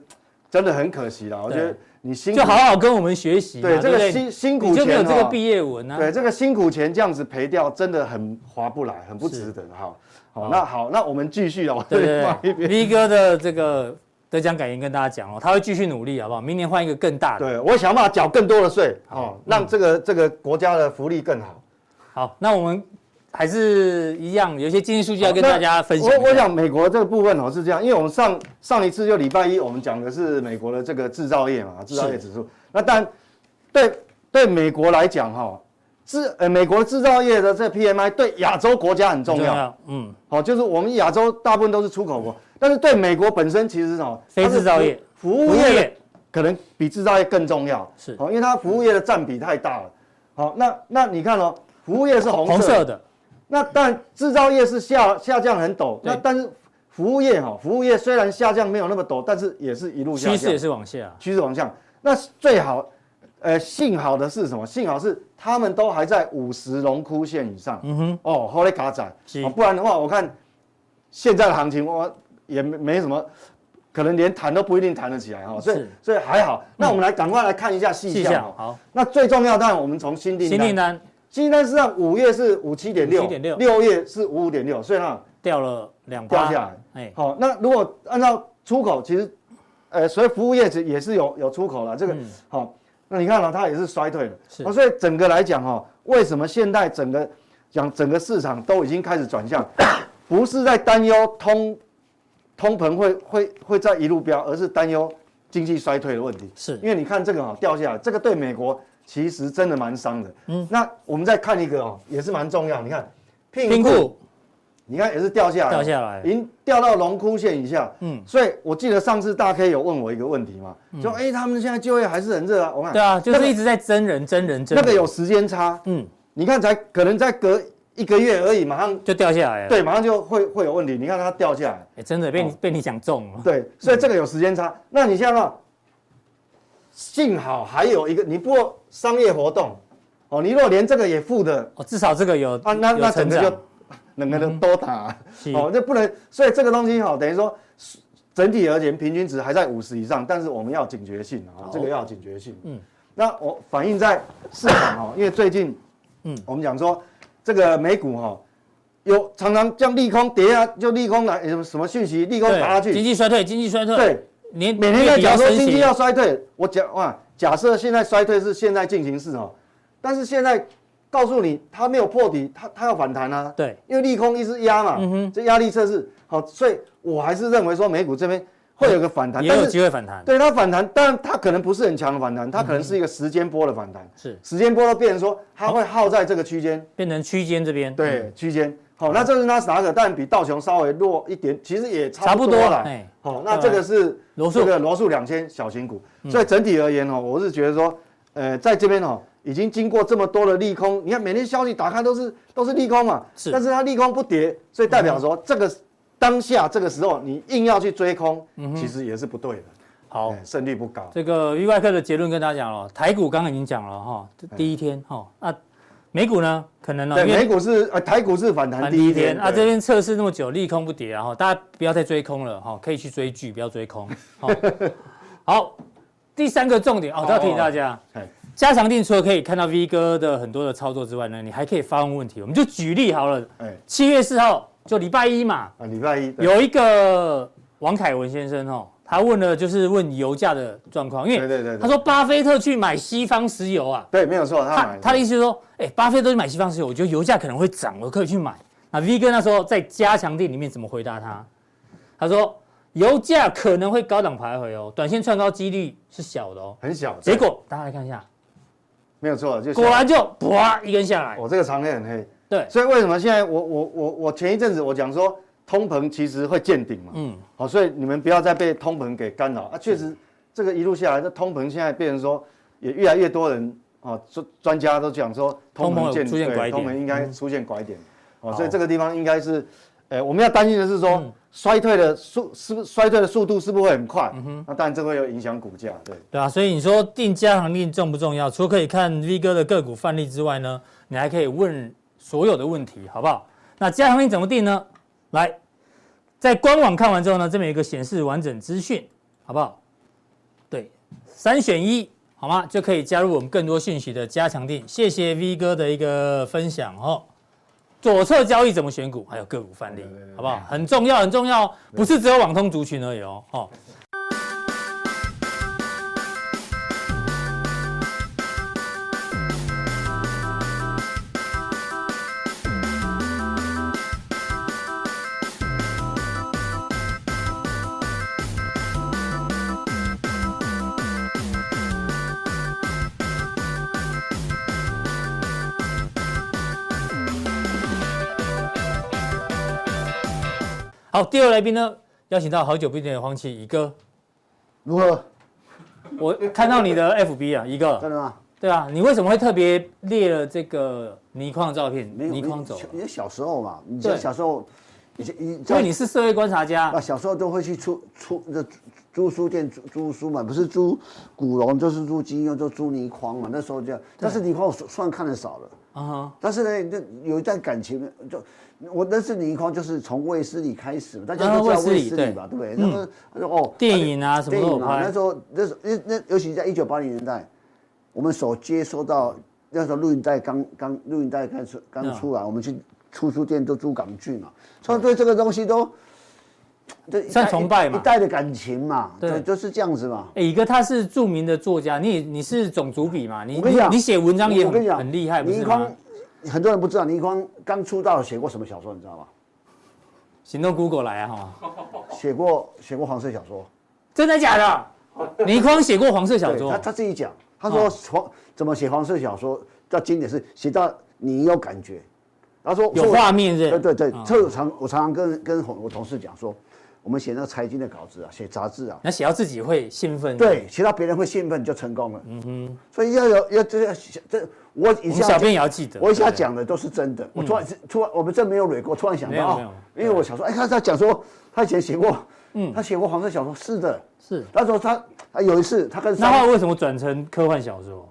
[SPEAKER 3] 真的很可惜啦。我觉得
[SPEAKER 1] 对
[SPEAKER 3] 你辛苦
[SPEAKER 1] 就好好跟我们学习嘛。
[SPEAKER 3] 对这
[SPEAKER 1] 不
[SPEAKER 3] 个辛辛苦
[SPEAKER 1] 你就没有
[SPEAKER 3] 钱
[SPEAKER 1] 这个
[SPEAKER 3] 哈
[SPEAKER 1] 毕业文啊。
[SPEAKER 3] 对这个辛苦钱这样子赔掉，真的很划不来，很不值得哈。好，那好，那我们继续啊，我
[SPEAKER 1] 哦对
[SPEAKER 3] 再放一
[SPEAKER 1] 对对
[SPEAKER 3] 边。
[SPEAKER 1] ，V 哥的这个得奖感言跟大家讲哦，他会继续努力，好不好？明年换一个更大的。
[SPEAKER 3] 对，我想办法缴更多的税，哦，
[SPEAKER 1] 嗯
[SPEAKER 3] 让这个这个国家的福利更好。
[SPEAKER 1] 好，那我们还是一样，有一些经济数据要跟大家分享一下。
[SPEAKER 3] 我我想美国这个部分哦是这样，因为我们上上一次就礼拜一我们讲的是美国的这个制造业嘛，制造业指数。那当然，对对美国来讲哈、制呃美国制造业的这 PMI 对亚洲国家很重要，，
[SPEAKER 1] 嗯，
[SPEAKER 3] 好、就是我们亚洲大部分都是出口国，但是对美国本身其实哦，
[SPEAKER 1] 非制造业
[SPEAKER 3] 它是服，服务业的可能比制造业更重要，
[SPEAKER 1] 是
[SPEAKER 3] 好、因为它服务业的占比太大了。好、那那你看哦，服务业是红
[SPEAKER 1] 红色的，
[SPEAKER 3] 那但制造业是下下降很陡，
[SPEAKER 1] 对
[SPEAKER 3] 那但是服务业哈、服务业虽然下降没有那么陡，但是也是一路下
[SPEAKER 1] 趋
[SPEAKER 3] 降，
[SPEAKER 1] 势也是往下。
[SPEAKER 3] 趋势往下。那最好，呃，幸好的是什么？幸好是他们都还在五十荣枯线以上。
[SPEAKER 1] 嗯哼，
[SPEAKER 3] 哦，后来嘎仔
[SPEAKER 1] 是，
[SPEAKER 3] 哦不然的话，我看现在的行情，我也没没什么，可能连谈都不一定谈得起来哈、哦。所以
[SPEAKER 1] 是
[SPEAKER 3] 所以还好。那我们来赶快来看一下细
[SPEAKER 1] 细
[SPEAKER 3] 项
[SPEAKER 1] 项
[SPEAKER 3] 哦。
[SPEAKER 1] 好，
[SPEAKER 3] 那最重要，当然我们从新订
[SPEAKER 1] 新订
[SPEAKER 3] 单，
[SPEAKER 1] 单
[SPEAKER 3] 新订单实际上五月是五七点六，
[SPEAKER 1] 57.6
[SPEAKER 3] 六月是五五点六，所以呢，
[SPEAKER 1] 掉了两
[SPEAKER 3] 掉
[SPEAKER 1] 趴
[SPEAKER 3] 下来。
[SPEAKER 1] 哎，
[SPEAKER 3] 好、那如果按照出口，其实，呃，所以服务业其实也是有有出口了。这个好、
[SPEAKER 1] 嗯
[SPEAKER 3] 那你看了、它也是衰退的。
[SPEAKER 1] 是
[SPEAKER 3] 哦所以整个来讲哈、为什么现在整个讲整个市场都已经开始
[SPEAKER 1] (coughs)
[SPEAKER 3] 转向，不是在担忧通通膨会会会再一路飙，而是担忧经济衰退的问题。
[SPEAKER 1] 是
[SPEAKER 3] 因为你看这个哈、掉下来，这个对美国其实真的蛮伤的。嗯，那我们再看一个哦，也是蛮重要。你看，
[SPEAKER 1] 评估
[SPEAKER 3] 你看也是掉下来，
[SPEAKER 1] 掉下来
[SPEAKER 3] 已经掉到龙枯线以下。
[SPEAKER 1] 嗯
[SPEAKER 3] 嗯，所以我记得上次大 K 有问我一个问题嘛，就哎、他们现在就业还是很热啊，我看
[SPEAKER 1] 对啊，就
[SPEAKER 3] 那
[SPEAKER 1] 是
[SPEAKER 3] 个
[SPEAKER 1] 一直在真人真人真
[SPEAKER 3] 那
[SPEAKER 1] 人，
[SPEAKER 3] 个有时间差，
[SPEAKER 1] 嗯，
[SPEAKER 3] 你看才可能再隔一个月而已，马上
[SPEAKER 1] 就掉下来了。
[SPEAKER 3] 对，马上就会会有问题。你看它掉下来，
[SPEAKER 1] 哎，真的被你被你讲中了。
[SPEAKER 3] 对，所以这个有时间差。那你想想，幸好还有一个，你不过商业活动哦，你如果连这个也负的
[SPEAKER 1] 哦，至少这个有
[SPEAKER 3] 啊，那
[SPEAKER 1] 有
[SPEAKER 3] 那整
[SPEAKER 1] 成长嗯
[SPEAKER 3] 个就两个人都打啊、
[SPEAKER 1] 是
[SPEAKER 3] 哦，这不能，所以这个东西哈、哦等于说哦整体而言平均值还在五十以上，但是我们要警觉性啊、这个要警觉性。
[SPEAKER 1] 嗯
[SPEAKER 3] 嗯，那我反映在市场
[SPEAKER 1] (coughs)
[SPEAKER 3] 哦，因为最近，
[SPEAKER 1] 嗯
[SPEAKER 3] 嗯，我们讲说这个美股哈、哦，有常常这样利空跌啊，就利空来什么什么讯息，利空
[SPEAKER 1] 对
[SPEAKER 3] 打下
[SPEAKER 1] 经
[SPEAKER 3] 去，
[SPEAKER 1] 济衰退，经济衰退，
[SPEAKER 3] 对，
[SPEAKER 1] 年
[SPEAKER 3] 每天在
[SPEAKER 1] 月底
[SPEAKER 3] 讲
[SPEAKER 1] 要
[SPEAKER 3] 说
[SPEAKER 1] 升
[SPEAKER 3] 经济
[SPEAKER 1] 息
[SPEAKER 3] 要衰退，我讲哇，假设现在衰退是现在进行式哦，但是现在告诉你它没有破底，它它要反弹啊，
[SPEAKER 1] 对，
[SPEAKER 3] 因为利空一直压嘛，
[SPEAKER 1] 嗯哼
[SPEAKER 3] 这压力测试好，所以我还是认为说美股这边会有个反弹，
[SPEAKER 1] 也
[SPEAKER 3] 但
[SPEAKER 1] 有
[SPEAKER 3] 是
[SPEAKER 1] 机会反弹，
[SPEAKER 3] 对它反弹，但它可能不是很强的反弹，它可能是一个时间波的反弹。
[SPEAKER 1] 嗯是
[SPEAKER 3] 时间波都变成说它会耗在这个区间，
[SPEAKER 1] 变成区间这边，嗯
[SPEAKER 3] 对区间。好，那这是纳斯达克，但比道琼稍微弱一点，其实也
[SPEAKER 1] 差
[SPEAKER 3] 差
[SPEAKER 1] 不
[SPEAKER 3] 不
[SPEAKER 1] 多
[SPEAKER 3] 多了
[SPEAKER 1] 哎。
[SPEAKER 3] 好，那这个是
[SPEAKER 1] 罗素嗯
[SPEAKER 3] 这个罗素两千小型股，所以整体而言哦，我是觉得说，呃，在这边哦，已经经过这么多的利空，你看每天消息打开都是都是利空嘛，
[SPEAKER 1] 是嗯
[SPEAKER 3] 但是它利空不跌，所以代表说这个当下这个时候你硬要去追空，其实也是不对的。
[SPEAKER 1] 嗯，好
[SPEAKER 3] 哎，胜率不高。
[SPEAKER 1] 这个 V 外客的结论跟大家讲了，台股刚刚已经讲了哈，第一天哈，那美股呢，可能呢，
[SPEAKER 3] 对，
[SPEAKER 1] 因为
[SPEAKER 3] 美股是呃台股是反弹
[SPEAKER 1] 盘
[SPEAKER 3] 第
[SPEAKER 1] 第
[SPEAKER 3] 一
[SPEAKER 1] 一
[SPEAKER 3] 天
[SPEAKER 1] 天啊，
[SPEAKER 3] 对
[SPEAKER 1] 这边测试那么久，利空不跌啊，哈，大家不要再追空了哈，可以去追剧，不要追空。好，好，第三个重点哦，都要提醒大家
[SPEAKER 3] 哎，
[SPEAKER 1] 加强定除了可以看到 V 哥的很多的操作之外呢，你还可以发问问题。我们就举例好了，
[SPEAKER 3] 哎
[SPEAKER 1] 七月四号就礼拜一嘛，
[SPEAKER 3] 啊礼拜一对
[SPEAKER 1] 有一个王凯文先生哦，他问了就是问油价的状况，因为
[SPEAKER 3] 对对对对
[SPEAKER 1] 他说巴菲特去买西方石油啊，
[SPEAKER 3] 对没有错，他
[SPEAKER 1] 他
[SPEAKER 3] 买
[SPEAKER 1] 他的意思是说，哎、巴菲特去买西方石油，我觉得油价可能会涨，我可以去买。那 V 哥那时候在加强地里面怎么回答他？他说油价可能会高档徘徊哦，短线窜高几率是小的哦。
[SPEAKER 3] 很小，
[SPEAKER 1] 结
[SPEAKER 3] 对
[SPEAKER 1] 果大家来看一下，
[SPEAKER 3] 没有错，就
[SPEAKER 1] 果然就啪一根下来，
[SPEAKER 3] 我这个长黑很黑，
[SPEAKER 1] 对，
[SPEAKER 3] 所以为什么现在我我我我前一阵子我讲说通膨其实会见顶嘛，
[SPEAKER 1] 嗯，
[SPEAKER 3] 好，所以你们不要再被通膨给干扰啊，确实这个一路下来，这通膨现在变成说也越来越多人啊专专家都讲说
[SPEAKER 1] 通膨有
[SPEAKER 3] 见
[SPEAKER 1] 出现
[SPEAKER 3] 对
[SPEAKER 1] 拐点嗯
[SPEAKER 3] 通膨应该出现拐点，哦，
[SPEAKER 1] 好
[SPEAKER 3] 所以这个地方应该是。呃，我们要担心的是说，
[SPEAKER 1] 嗯
[SPEAKER 3] 衰退的速是不是衰退的速度是不是会很快？那当然这会有影响股价，对。
[SPEAKER 1] 对啊，所以你说定加行令重不重要？除了可以看 V 哥的个股范例之外呢，你还可以问所有的问题，好不好？那加行令怎么定呢？来，在官网看完之后呢，这边有一个显示完整资讯，好不好？对，三选一，好吗？就可以加入我们更多讯息的加强定。谢谢 V 哥的一个分享哦。左侧交易怎么选股，还有个股范例，好不好？很重要，很重要哦，不是只有网通族群而已哦。哦，好，第二位来宾呢，邀请到好久不见的黄奇乙哥。
[SPEAKER 2] 如何？
[SPEAKER 1] 我看到你的 FB 啊，一
[SPEAKER 2] 真
[SPEAKER 1] 个，
[SPEAKER 2] 的吗？
[SPEAKER 1] 对啊，你为什么会特别列了这个倪匡的照片？
[SPEAKER 2] 没有，
[SPEAKER 1] 倪匡走了，
[SPEAKER 2] 因为小时候嘛，你
[SPEAKER 1] 对
[SPEAKER 2] 小时候，以前以
[SPEAKER 1] 因为你是社会观察家
[SPEAKER 2] 啊，，小时候都会去出出这租租书店租租书嘛，不是租古龙就是租金庸，就租倪匡嘛。那时候这样，但是倪匡我算算看的少了。
[SPEAKER 1] 啊哈，
[SPEAKER 2] 但是呢，那有一段感情，就我认识倪匡就是从卫斯理开始，大家
[SPEAKER 1] 啊
[SPEAKER 2] 都知道
[SPEAKER 1] 卫
[SPEAKER 2] 卫
[SPEAKER 1] 斯
[SPEAKER 2] 斯
[SPEAKER 1] 理
[SPEAKER 2] 理吧，对不对？那么他说哦，
[SPEAKER 1] 电影啊什么
[SPEAKER 2] 电
[SPEAKER 1] 都有
[SPEAKER 2] 影啊，
[SPEAKER 1] 拍
[SPEAKER 2] 那时，候那时候那那尤其在一九八零年代，我们所接收到那时候录影带刚刚录影带刚出刚出
[SPEAKER 1] 啊
[SPEAKER 2] 来，我们去出租店都租港剧嘛，所以对这个东西都。这一代
[SPEAKER 1] 算崇拜嘛
[SPEAKER 2] 一代的感情嘛，
[SPEAKER 1] 对
[SPEAKER 2] 对，就是这样子嘛。
[SPEAKER 1] 哎，乙哥他是著名的作家，你你是总主笔嘛？你
[SPEAKER 2] 我跟你讲，
[SPEAKER 1] 你写文章也
[SPEAKER 2] 我跟
[SPEAKER 1] 很
[SPEAKER 2] 你讲
[SPEAKER 1] 很厉害，不
[SPEAKER 2] 倪
[SPEAKER 1] 是
[SPEAKER 2] 匡
[SPEAKER 1] 吗？，
[SPEAKER 2] 很多人不知道倪匡刚出道写过什么小说，你知道吗？
[SPEAKER 1] 行动 Google 来啊哈，
[SPEAKER 2] 写过写过黄色小说，
[SPEAKER 1] 真的假的？倪匡写过黄色小
[SPEAKER 2] 对
[SPEAKER 1] 说啊
[SPEAKER 2] 他，他自己讲，他说黄、怎么写黄色小说叫经典是写到你有感觉，他说
[SPEAKER 1] 有画面是不
[SPEAKER 2] 对
[SPEAKER 1] 是？
[SPEAKER 2] 呃对对，这我常我常常跟跟我同事讲说，我们写那个财经的稿子啊，写杂志啊，
[SPEAKER 1] 那写到自己会兴奋，，
[SPEAKER 2] 对，写到别人会兴奋就成功了。嗯哼，所以要有要这要这我以
[SPEAKER 1] 我们小
[SPEAKER 2] 下
[SPEAKER 1] 编也要记得。
[SPEAKER 2] 我以下
[SPEAKER 1] 对不对，
[SPEAKER 2] 讲的都是真的，我突然突然我们这没有蕊过，突然想
[SPEAKER 1] 没有
[SPEAKER 2] 到
[SPEAKER 1] 没有
[SPEAKER 2] 哦，因为我想说，哎，他他讲说他以前写过，嗯，他写过黄色小说，是的，
[SPEAKER 1] 是
[SPEAKER 2] 那时候他他有一次他跟
[SPEAKER 1] 那
[SPEAKER 2] 三
[SPEAKER 1] 后来为什么转成科幻小说？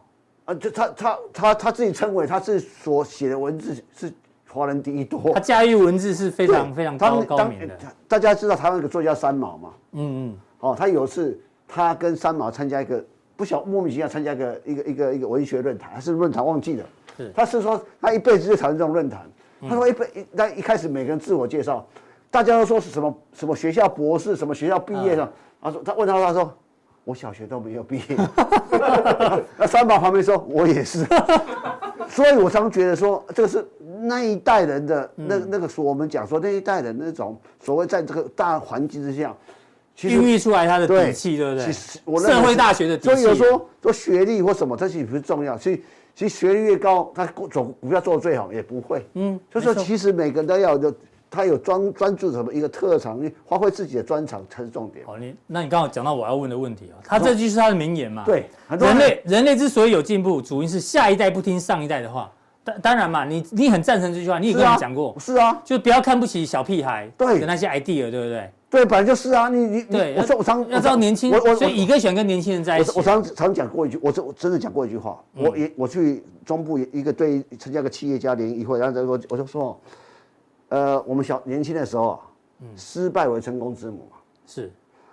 [SPEAKER 2] 啊，就他他他他自己称为他自己所写的文字是华人第一多，
[SPEAKER 1] 他驾驭文字是非常
[SPEAKER 2] 对
[SPEAKER 1] 非常
[SPEAKER 2] 他
[SPEAKER 1] 高
[SPEAKER 2] 们
[SPEAKER 1] 高
[SPEAKER 2] 当
[SPEAKER 1] 明的。
[SPEAKER 2] 大家知道台湾有个作家三毛嘛？
[SPEAKER 1] 嗯嗯，
[SPEAKER 2] 哦，他有一次他跟三毛参加一个不晓莫名其妙参加个一个一个一个文学论坛，还是论坛忘记了
[SPEAKER 1] 是。嗯
[SPEAKER 2] 他是说他一辈子就讨论这种论坛。他说一辈一那一开始每个人自我介绍，大家都说是什么什么学校博士，什么学校毕
[SPEAKER 1] 嗯
[SPEAKER 2] 业的。他说他问他他说我小学都没有毕业。 (laughs) 那三宝旁边说我也是。 (laughs) 所以我常觉得说，这个是那一代人的那
[SPEAKER 1] 嗯
[SPEAKER 2] 那个所我们讲说那一代人那种所谓在这个大环境之下，其实
[SPEAKER 1] 孕育出来他的
[SPEAKER 2] 对
[SPEAKER 1] 底气，对不对？
[SPEAKER 2] 其实我认为
[SPEAKER 1] 社会大学的底
[SPEAKER 2] 所以
[SPEAKER 1] 气，
[SPEAKER 2] 有时候说学历或什么，这其实不是重要。其实其实学历越高，他做股票做的最好也不会。嗯，所以说
[SPEAKER 1] 没错
[SPEAKER 2] 其实每个人都要有的，他有专专注什么一个特长，发挥自己的专长才是重点。
[SPEAKER 1] 好，哦你那你刚好讲到我要问的问题哦，他这句是他的名言嘛？
[SPEAKER 2] 对很多
[SPEAKER 1] 人
[SPEAKER 2] 人
[SPEAKER 1] 类人类之所以有进步，主因是下一代不听上一代的话。当当然嘛，你你很赞成这句话，你也
[SPEAKER 2] 是
[SPEAKER 1] 跟我
[SPEAKER 2] 啊，
[SPEAKER 1] 们讲过，
[SPEAKER 2] 是啊，
[SPEAKER 1] 就不要看不起小屁孩，
[SPEAKER 2] 对
[SPEAKER 1] 的那些 idea，对不对？
[SPEAKER 2] 对，本来就是啊，你你你
[SPEAKER 1] 对，
[SPEAKER 2] 我说我常
[SPEAKER 1] 要知道年轻，
[SPEAKER 2] 我我
[SPEAKER 1] 所以乙哥喜欢跟年轻人在一
[SPEAKER 2] 我
[SPEAKER 1] 起。
[SPEAKER 2] 我常常讲过一句，我真我真的讲过一句话，
[SPEAKER 1] 嗯
[SPEAKER 2] 我也我去中部一个对参加一个企业家联谊会，然后我就我就说，呃，我们小年轻的时候啊，
[SPEAKER 1] 嗯
[SPEAKER 2] 失败为成功之母嘛。
[SPEAKER 1] 是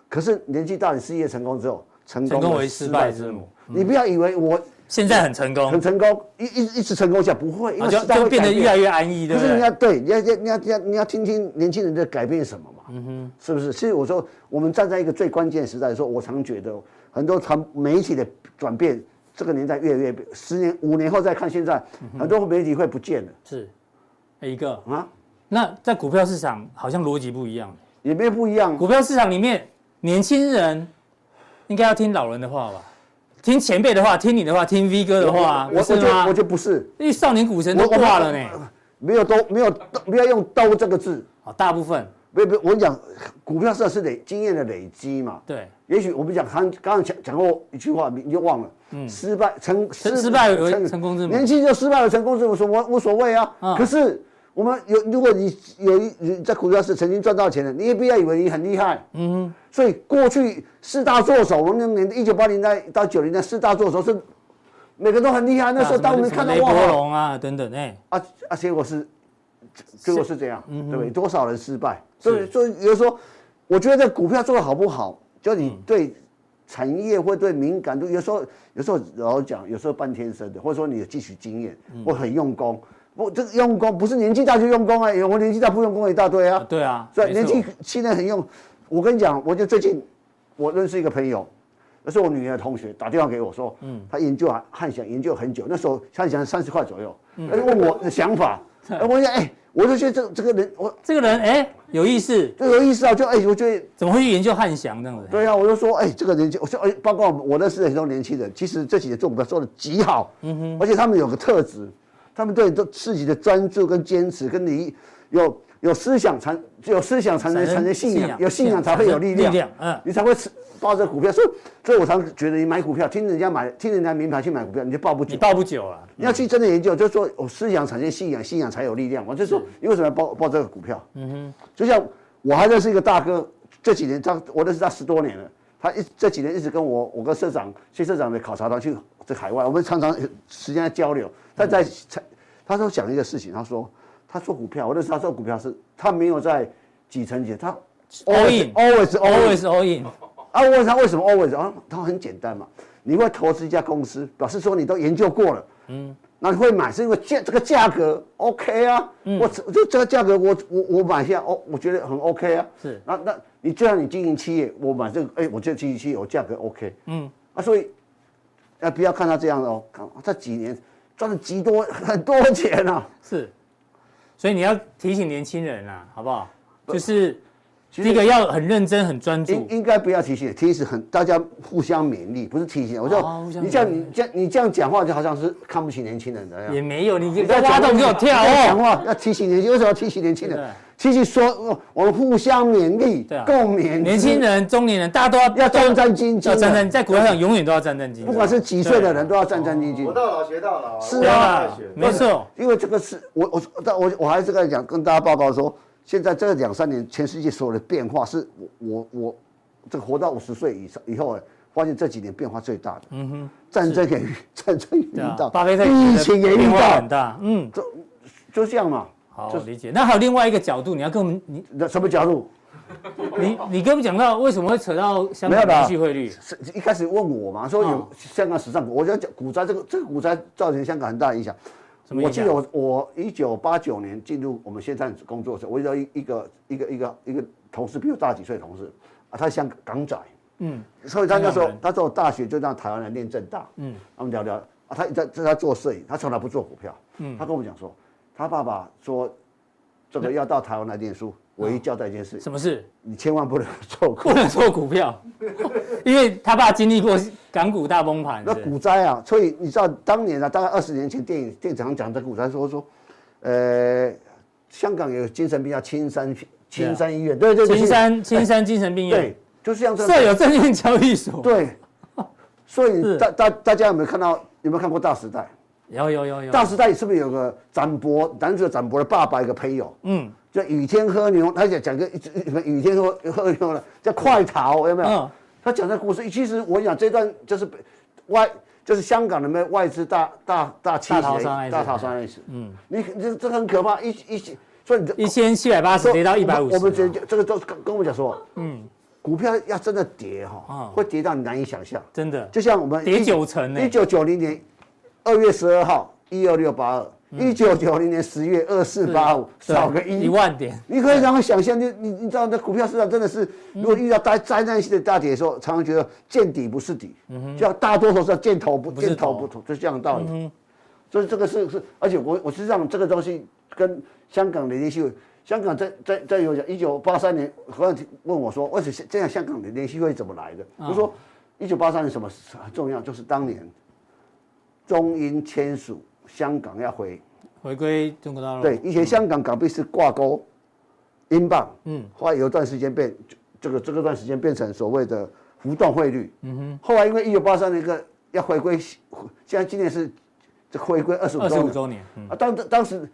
[SPEAKER 2] 可是年纪大，你事业成功之后，成
[SPEAKER 1] 成功
[SPEAKER 2] 功
[SPEAKER 1] 为
[SPEAKER 2] 为
[SPEAKER 1] 失
[SPEAKER 2] 失
[SPEAKER 1] 败
[SPEAKER 2] 败
[SPEAKER 1] 之
[SPEAKER 2] 之
[SPEAKER 1] 母嗯
[SPEAKER 2] 母。你不要以为我
[SPEAKER 1] 现在很成功
[SPEAKER 2] 很，成功，一一一直成功下不会，因
[SPEAKER 1] 啊
[SPEAKER 2] 为
[SPEAKER 1] 就
[SPEAKER 2] 时代
[SPEAKER 1] 就
[SPEAKER 2] 会
[SPEAKER 1] 变得
[SPEAKER 2] 改
[SPEAKER 1] 越来
[SPEAKER 2] 变。
[SPEAKER 1] 越安逸，对
[SPEAKER 2] 可
[SPEAKER 1] 不
[SPEAKER 2] 是你
[SPEAKER 1] 对？
[SPEAKER 2] 要对，你要你要你要你要听听年轻人在改变什么嘛？嗯哼，是不是？所以我说，我们站在一个最关键的时代说，我常觉得很多传媒体的转变，这个年代越来越十年五年后再看现在，
[SPEAKER 1] 嗯
[SPEAKER 2] 很多媒体会不见了
[SPEAKER 1] 是，哎一个，
[SPEAKER 2] 啊，
[SPEAKER 1] 那在股票市场好像逻辑不一样。
[SPEAKER 2] 也没有不一样。
[SPEAKER 1] 股票市场里面，年轻人应该要听老人的话吧，听前辈的话，听你的话，听 V 哥的话，
[SPEAKER 2] 我我
[SPEAKER 1] 不是
[SPEAKER 2] 就
[SPEAKER 1] 吗
[SPEAKER 2] 我？就不是，
[SPEAKER 1] 因为少年股神
[SPEAKER 2] 我
[SPEAKER 1] 都
[SPEAKER 2] 我
[SPEAKER 1] 挂了呢，
[SPEAKER 2] 没有都没有都不要用“都”这个字。
[SPEAKER 1] 好，哦大部分
[SPEAKER 2] 不不，我跟你讲，股票市场是累经验的累积嘛。
[SPEAKER 1] 对，
[SPEAKER 2] 也许我们讲，刚刚刚讲讲过一句话，你就忘了。失败成
[SPEAKER 1] 嗯成失败为成功之母
[SPEAKER 2] 年轻就失败为成功之母，什么无所谓啊。
[SPEAKER 1] 嗯
[SPEAKER 2] 可是我们有，如果你有一你在股票市曾经赚到钱的，你也不要以为你很厉害。嗯。所以过去四大作手，我们那年一九八零代到九零代四大作手是每个都很厉害。那时候当我们看到
[SPEAKER 1] 啊什么雷伯
[SPEAKER 2] 哇
[SPEAKER 1] 龙啊等等，哎，
[SPEAKER 2] 啊啊，结果是结果是这样，对不对？多少人失败？所以所以有时候，我觉得这股票做的好不好，就你对产业或对敏感度，有时候有时候老实讲，有时候半天生的，或者说你有汲取经验，或很用功。我这个用功不是年纪大就用功啊，有我年纪大不用功的一大堆啊
[SPEAKER 1] 啊。对啊，
[SPEAKER 2] 所以
[SPEAKER 1] 没
[SPEAKER 2] 年
[SPEAKER 1] 错
[SPEAKER 2] 纪现在很用。我跟你讲，我就最近我认识一个朋友，那是我女儿的同学，打电话给我说，嗯，他研究啊汉翔研究很久，那时候汉翔三十块左右，
[SPEAKER 1] 嗯
[SPEAKER 2] 他就问我的
[SPEAKER 1] (laughs)
[SPEAKER 2] 想法，哎我讲哎，我就觉得这这个人我
[SPEAKER 1] 这个人哎有意思，
[SPEAKER 2] 就有意思啊，就哎我觉得。
[SPEAKER 1] 怎么会去研究汉翔这样子？
[SPEAKER 2] 对啊，我就说，哎、这个年纪，我说，哎、包括我认识的很多年轻人，其实这几年做股票做的极好，嗯哼，而且他们有个特质，他们对这自己的专注跟坚持，跟你有有思想才有思想才能
[SPEAKER 1] 产生
[SPEAKER 2] 产生信
[SPEAKER 1] 信
[SPEAKER 2] 仰
[SPEAKER 1] 仰，
[SPEAKER 2] 有信仰才会有力
[SPEAKER 1] 产
[SPEAKER 2] 量，
[SPEAKER 1] 生力量嗯
[SPEAKER 2] 你才会持抱着股票。所以，所以我常觉得你买股票，听人家买，听人家名牌去买股票，你就抱不
[SPEAKER 1] 你
[SPEAKER 2] 久。
[SPEAKER 1] 抱不久啊了，
[SPEAKER 2] 你要去真的研究，就是说我思想产生信仰，信仰才有力量嘛。我就说你为什么要报报这个股票？嗯哼，就像我还认识一个大哥，这几年他我认识他十多年了，他一这几年一直跟我我跟社长谢社长的考察团去在海外，我们常常时间在交流。他在他说讲一个事情，他说他做股票，我认识他做股票是他没有在几成几，他
[SPEAKER 1] All in
[SPEAKER 2] always
[SPEAKER 1] ，always all in，
[SPEAKER 2] 啊，我问他为什么 always 啊？他说很简单嘛，你会投资一家公司，表示说你都研究过了，嗯，那你会买是因为价这个价格 OK 啊，我这就这个价格我我我买下哦，我觉得很 OK 啊，
[SPEAKER 1] 是
[SPEAKER 2] 那那你就像你经营企业，我买这个，哎、我这个经营企业我价格 OK，嗯，啊，所以啊，不要看他这样哦，看他几年赚了极多很多钱啊，
[SPEAKER 1] 是，所以你要提醒年轻人啊，好不好？就是第
[SPEAKER 2] 实
[SPEAKER 1] 一个要很认真、很专注
[SPEAKER 2] 应，应该不要提醒，提醒很大家互相勉励，不是提醒。我就、
[SPEAKER 1] 哦互相
[SPEAKER 2] 你
[SPEAKER 1] 勉
[SPEAKER 2] 这样你这样你这样讲话，就好像是看不起年轻人的样。
[SPEAKER 1] 也没有，你
[SPEAKER 2] 你
[SPEAKER 1] 你在挖洞给我跳
[SPEAKER 2] 你在
[SPEAKER 1] 哦
[SPEAKER 2] 讲。话要提醒年轻，为什么要提醒年轻
[SPEAKER 1] 对
[SPEAKER 2] 人？提醒说哦我们互相勉励，
[SPEAKER 1] 对啊
[SPEAKER 2] 共勉之。
[SPEAKER 1] 年轻人、中年人，大家都要
[SPEAKER 2] 要战战兢兢
[SPEAKER 1] 要
[SPEAKER 2] 啊
[SPEAKER 1] 战战在股票上永远都要战战兢兢，
[SPEAKER 2] 不管是几岁
[SPEAKER 1] 啊
[SPEAKER 2] 的人都要战战兢
[SPEAKER 3] 活
[SPEAKER 2] 兢。
[SPEAKER 3] 到老学到老，
[SPEAKER 2] 是
[SPEAKER 1] 对
[SPEAKER 2] 啊
[SPEAKER 1] 啊，没错，
[SPEAKER 2] 因为这个是我我但我我还是在讲跟大家报告说，现在这两三年全世界所有的变化是我我我这个活到五十岁以上以后，发现这几年变化最大的。嗯哼，战争也遇战争也遇
[SPEAKER 1] 对啊
[SPEAKER 2] 到，
[SPEAKER 1] 巴菲特
[SPEAKER 2] 疫情也遇
[SPEAKER 1] 变化
[SPEAKER 2] 到
[SPEAKER 1] 很，大，嗯，
[SPEAKER 2] 就这样嘛。
[SPEAKER 1] 好理解。那还有另外一个角度，你要跟我们你
[SPEAKER 2] 那什么角度？
[SPEAKER 1] 你你跟我们讲到为什么会扯到香
[SPEAKER 2] 没
[SPEAKER 1] 港
[SPEAKER 2] 有
[SPEAKER 1] 的
[SPEAKER 2] 啦
[SPEAKER 1] 利息汇率？
[SPEAKER 2] 是一开始问我嘛，说有
[SPEAKER 1] 嗯
[SPEAKER 2] 香港史上股，我就讲股灾这个这个股灾造成香港很大的影响。
[SPEAKER 1] 什么
[SPEAKER 2] 我
[SPEAKER 1] 影
[SPEAKER 2] 记
[SPEAKER 1] 响
[SPEAKER 2] 得我我一九八九年进入我们现在工作的时候，我遇到一一个一个一个一个同事，比我大几岁的同事啊，他香港仔，
[SPEAKER 1] 嗯，
[SPEAKER 2] 所以他那
[SPEAKER 1] 香
[SPEAKER 2] 时
[SPEAKER 1] 港
[SPEAKER 2] 候
[SPEAKER 1] 人
[SPEAKER 2] 他说我大学就让台湾人念正大，
[SPEAKER 1] 嗯
[SPEAKER 2] 嗯，他们聊聊啊，他在在他做摄影，他从来不做股票，嗯，他跟我们讲说，他爸爸说这个要到台湾来念书，唯一交代一件事，
[SPEAKER 1] 啊什么事？
[SPEAKER 2] 你千万不能做股
[SPEAKER 1] 不能做股票， (laughs) 因为他爸经历过港股大崩盘。
[SPEAKER 2] 那
[SPEAKER 1] 是
[SPEAKER 2] 股灾啊，所以你知道当年啊，大概二十年前电影电影常讲这个股灾，说说，呃，香港有精神病叫青山青山医院，对对对，
[SPEAKER 1] 啊青山青山精神病院
[SPEAKER 2] 对，就是像这样
[SPEAKER 1] 设有证券交易所。
[SPEAKER 2] 对，所
[SPEAKER 1] 是
[SPEAKER 2] 以大大大家有没有看到有没有看过《大时代》？
[SPEAKER 1] 有有有有。
[SPEAKER 2] 《大时代》是不是有个展博男主角展博的爸爸一个朋友？
[SPEAKER 1] 嗯
[SPEAKER 2] 叫雨天喝牛，他讲讲个雨天喝喝牛了，叫快逃有没有？
[SPEAKER 1] 嗯
[SPEAKER 2] 他讲这故事，其实我讲这段就是被外就是香港人们外资大大大倾
[SPEAKER 1] 大
[SPEAKER 2] 斜
[SPEAKER 1] 逃杀那一次
[SPEAKER 2] 大逃杀那一次，嗯，你这这个很可怕，一一起，所以你这
[SPEAKER 1] 一千七百八十跌到一百五十。
[SPEAKER 2] 我们觉得这个都跟跟我们讲说，
[SPEAKER 1] 嗯，
[SPEAKER 2] 股票要真的跌
[SPEAKER 1] 啊
[SPEAKER 2] 哈，会跌到你难以想象，
[SPEAKER 1] 真的
[SPEAKER 2] 就像我们
[SPEAKER 1] 跌九成呢
[SPEAKER 2] 一。九九零年二月十二号一二六八二，一九九零年十月二四八五
[SPEAKER 1] 嗯对
[SPEAKER 2] 少个一
[SPEAKER 1] 一万点，
[SPEAKER 2] 你可以让他想象，你你你知道，那股票市场真的是，如果遇到灾灾难性的大跌的时候，常常觉得见底不是底，就像大多数是见头嗯不
[SPEAKER 1] 是
[SPEAKER 2] 见头
[SPEAKER 1] 头
[SPEAKER 2] 不头，嗯就是这样的道理。所以这个是是，而且我我是让这个东西跟香港的联系会，香港在在在有讲，一九八三年何问问我说，为什么这样香港的联系会怎么来的？我说，一九八三年什么很重要，就是当年中英签署香港要回
[SPEAKER 1] 回归中国大陆。
[SPEAKER 2] 对，，以前香港港币是挂钩英镑，
[SPEAKER 1] 嗯
[SPEAKER 2] 嗯，后来有一段时间变这这个这个段时间变成所谓的浮动汇率，嗯哼，后来因为一九八三年个要回归，现在今年是这回归二十五
[SPEAKER 1] 二十
[SPEAKER 2] 周
[SPEAKER 1] 五
[SPEAKER 2] 年，
[SPEAKER 1] 周年。嗯
[SPEAKER 2] 啊，当当时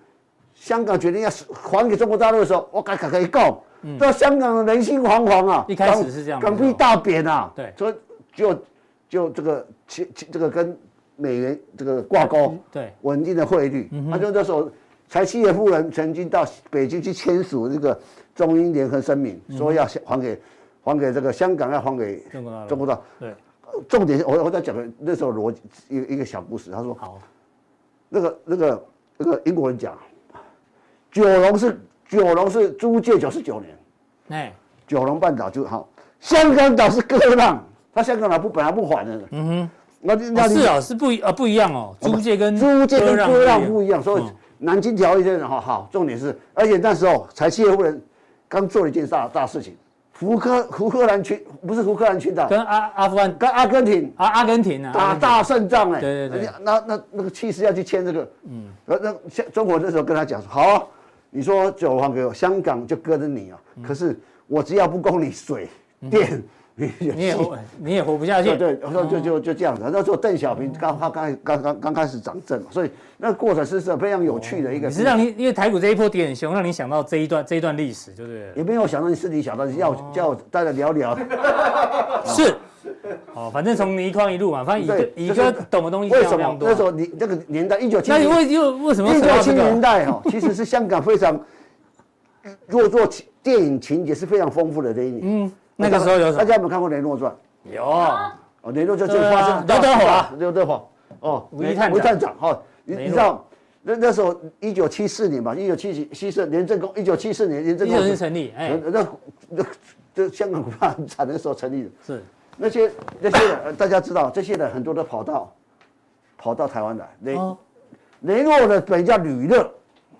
[SPEAKER 2] 香港决定要还给中国大陆的时候，我敢敢可以告，到香港人心惶惶啊，
[SPEAKER 1] 嗯一开始
[SPEAKER 2] 港
[SPEAKER 1] 是这样没
[SPEAKER 2] 港
[SPEAKER 1] 错
[SPEAKER 2] 币大贬啊，
[SPEAKER 1] 对
[SPEAKER 2] 所以就就这个其其这个跟美元这个挂钩，
[SPEAKER 1] 嗯对，嗯
[SPEAKER 2] 稳定的汇率。他、就那时候，柴契耶夫人曾经到北京去签署这个中英联合声明，说要还给还给这个香港，要还给
[SPEAKER 1] 嗯中国大陆
[SPEAKER 2] 中国大陆。
[SPEAKER 1] 对，
[SPEAKER 2] 重点是我我再讲个那时候逻辑一个一个小故事。他说，
[SPEAKER 1] 好，
[SPEAKER 2] 那个那个那个英国人讲，九龙是九龙是租界九十九年，
[SPEAKER 1] 哎，
[SPEAKER 2] 九龙半岛就好，香港岛是割让，他香港岛不本来不还的。嗯哼，那那
[SPEAKER 1] 哦
[SPEAKER 2] 你
[SPEAKER 1] 是哦，是不一啊不一样哦，租界跟
[SPEAKER 2] 租界跟割让
[SPEAKER 1] 不
[SPEAKER 2] 不
[SPEAKER 1] 一样。
[SPEAKER 2] 一样，所以
[SPEAKER 1] 嗯
[SPEAKER 2] 南京条约真的好好。重点是，而且那时候柴契耶夫人刚做了一件大大事情，福克福克兰群不是福克兰群岛，
[SPEAKER 1] 跟阿阿富汗
[SPEAKER 2] 跟阿根廷
[SPEAKER 1] 啊阿根廷啊，阿
[SPEAKER 2] (laughs) 打
[SPEAKER 1] 根廷
[SPEAKER 2] 大胜仗哎，
[SPEAKER 1] 对对对
[SPEAKER 2] 那那那个气势要去签这个，嗯，那像中国那时候跟他讲说，好啊、你说九还给我，香港就跟着你啊，
[SPEAKER 1] 嗯
[SPEAKER 2] 可是我只要不供你水电，你
[SPEAKER 1] 你也哎活你也活不下去。
[SPEAKER 2] (laughs) 对对，我说就
[SPEAKER 1] 哦
[SPEAKER 2] 就就这样子。啊那时候邓小平刚他刚刚刚刚开始掌政啊嘛，所以那个过程是是非常有趣的一个
[SPEAKER 1] 哦你
[SPEAKER 2] 事
[SPEAKER 1] 是
[SPEAKER 2] 情。
[SPEAKER 1] 让你因为台股这一波跌很凶，让你想到这一段这一段历史，对不对？
[SPEAKER 2] 也没有想到你私底下，但是
[SPEAKER 1] 哦
[SPEAKER 2] 要叫大家聊聊。
[SPEAKER 1] 是，哦，反正从泥矿一路嘛，反正
[SPEAKER 2] 对
[SPEAKER 1] 乙
[SPEAKER 2] 就
[SPEAKER 1] 哥乙
[SPEAKER 2] 是
[SPEAKER 1] 哥懂的东西
[SPEAKER 2] 为
[SPEAKER 1] 非常
[SPEAKER 2] 什
[SPEAKER 1] 非
[SPEAKER 2] 么
[SPEAKER 1] 常
[SPEAKER 2] 那时
[SPEAKER 1] 多。
[SPEAKER 2] 候你那个年代一九七
[SPEAKER 1] 那你
[SPEAKER 2] 零
[SPEAKER 1] 为又为什么要
[SPEAKER 2] 一
[SPEAKER 1] 扯到这
[SPEAKER 2] 九七零年
[SPEAKER 1] 个？(laughs)
[SPEAKER 2] 代哈，其实是香港非常若做情电影情节是非常丰富的电影。嗯，
[SPEAKER 1] 那个时候有什么
[SPEAKER 2] 大家有没有看过《雷诺传》？
[SPEAKER 1] 有
[SPEAKER 2] 哦，雷诺就就
[SPEAKER 1] 对啊
[SPEAKER 2] 发生
[SPEAKER 1] 刘德华，
[SPEAKER 2] 刘德华，哦，
[SPEAKER 1] 吴仪探长
[SPEAKER 2] 吴探长哈，哦你
[SPEAKER 1] 雷诺
[SPEAKER 2] 你知道那那时候一九七四年吧，一九七七七四廉政公一九七四年廉政
[SPEAKER 1] 一
[SPEAKER 2] 公
[SPEAKER 1] 九
[SPEAKER 2] 署
[SPEAKER 1] 年成立，哎，
[SPEAKER 2] 那那那这香港股票很惨的时候成立的，
[SPEAKER 1] 是
[SPEAKER 2] 那些那些人呃大家知道，这些人很多都跑到跑到台湾来，雷
[SPEAKER 1] 哦，
[SPEAKER 2] 雷诺的本叫吕乐，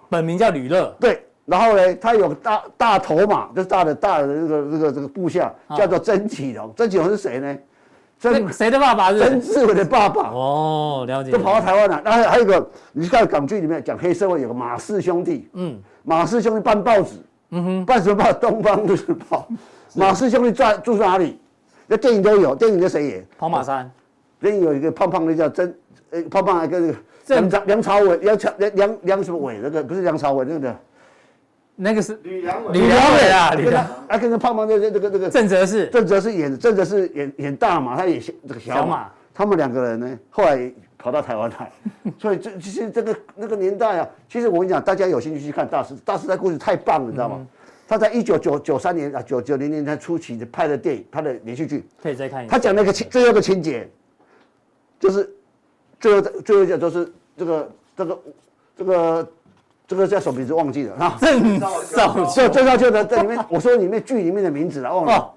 [SPEAKER 1] 本名叫吕乐，
[SPEAKER 2] 对，然后呢，他有个大大头嘛，就是大的大的这个这个这个部下叫做曾启荣，曾启荣是谁呢？曾
[SPEAKER 1] 那谁的爸爸
[SPEAKER 2] 曾
[SPEAKER 1] 是？
[SPEAKER 2] 志伟的爸爸。
[SPEAKER 1] 哦，了解。
[SPEAKER 2] 就跑到台湾了、然后还有一个，你看港剧里面讲黑社会有个马氏兄弟，
[SPEAKER 1] 嗯
[SPEAKER 2] 嗯，马氏兄弟办报纸，嗯哼，办什么报？东方日报。马氏兄弟住住哪里？那电影都有，电影的谁演？
[SPEAKER 1] 跑马山，
[SPEAKER 2] 电影有一个胖胖的叫曾，呃，胖胖还跟那个
[SPEAKER 1] 郑
[SPEAKER 2] 梁朝梁朝伟，梁朝梁梁梁什么伟那个不是梁朝伟那个
[SPEAKER 1] 那个是
[SPEAKER 3] 吕良
[SPEAKER 1] 吕良伟啊，吕
[SPEAKER 2] 跟他
[SPEAKER 1] 良
[SPEAKER 2] 啊跟那胖胖那个那个那个
[SPEAKER 1] 郑则仕，
[SPEAKER 2] 郑则仕演郑则仕演演大马，他演小这个小马。
[SPEAKER 1] 小马
[SPEAKER 2] 他们两个人呢，后来跑到台湾来，所以这其实这个那个年代啊，其实我跟你讲，大家有兴趣去看大师大师代故事太棒了，你知道吗？他在一九九九三年啊九九零年代初期的拍的电影，拍的连续剧，
[SPEAKER 1] 可以再看一
[SPEAKER 2] 他
[SPEAKER 1] 下。
[SPEAKER 2] 讲那个情最后的情节，就是最后的最后一讲就是这个这个这个这个叫什么名字忘记了啊？
[SPEAKER 1] 郑少秋
[SPEAKER 2] 就郑少秋的在里面，我说里面剧里面的名字了，忘了
[SPEAKER 1] 哦，，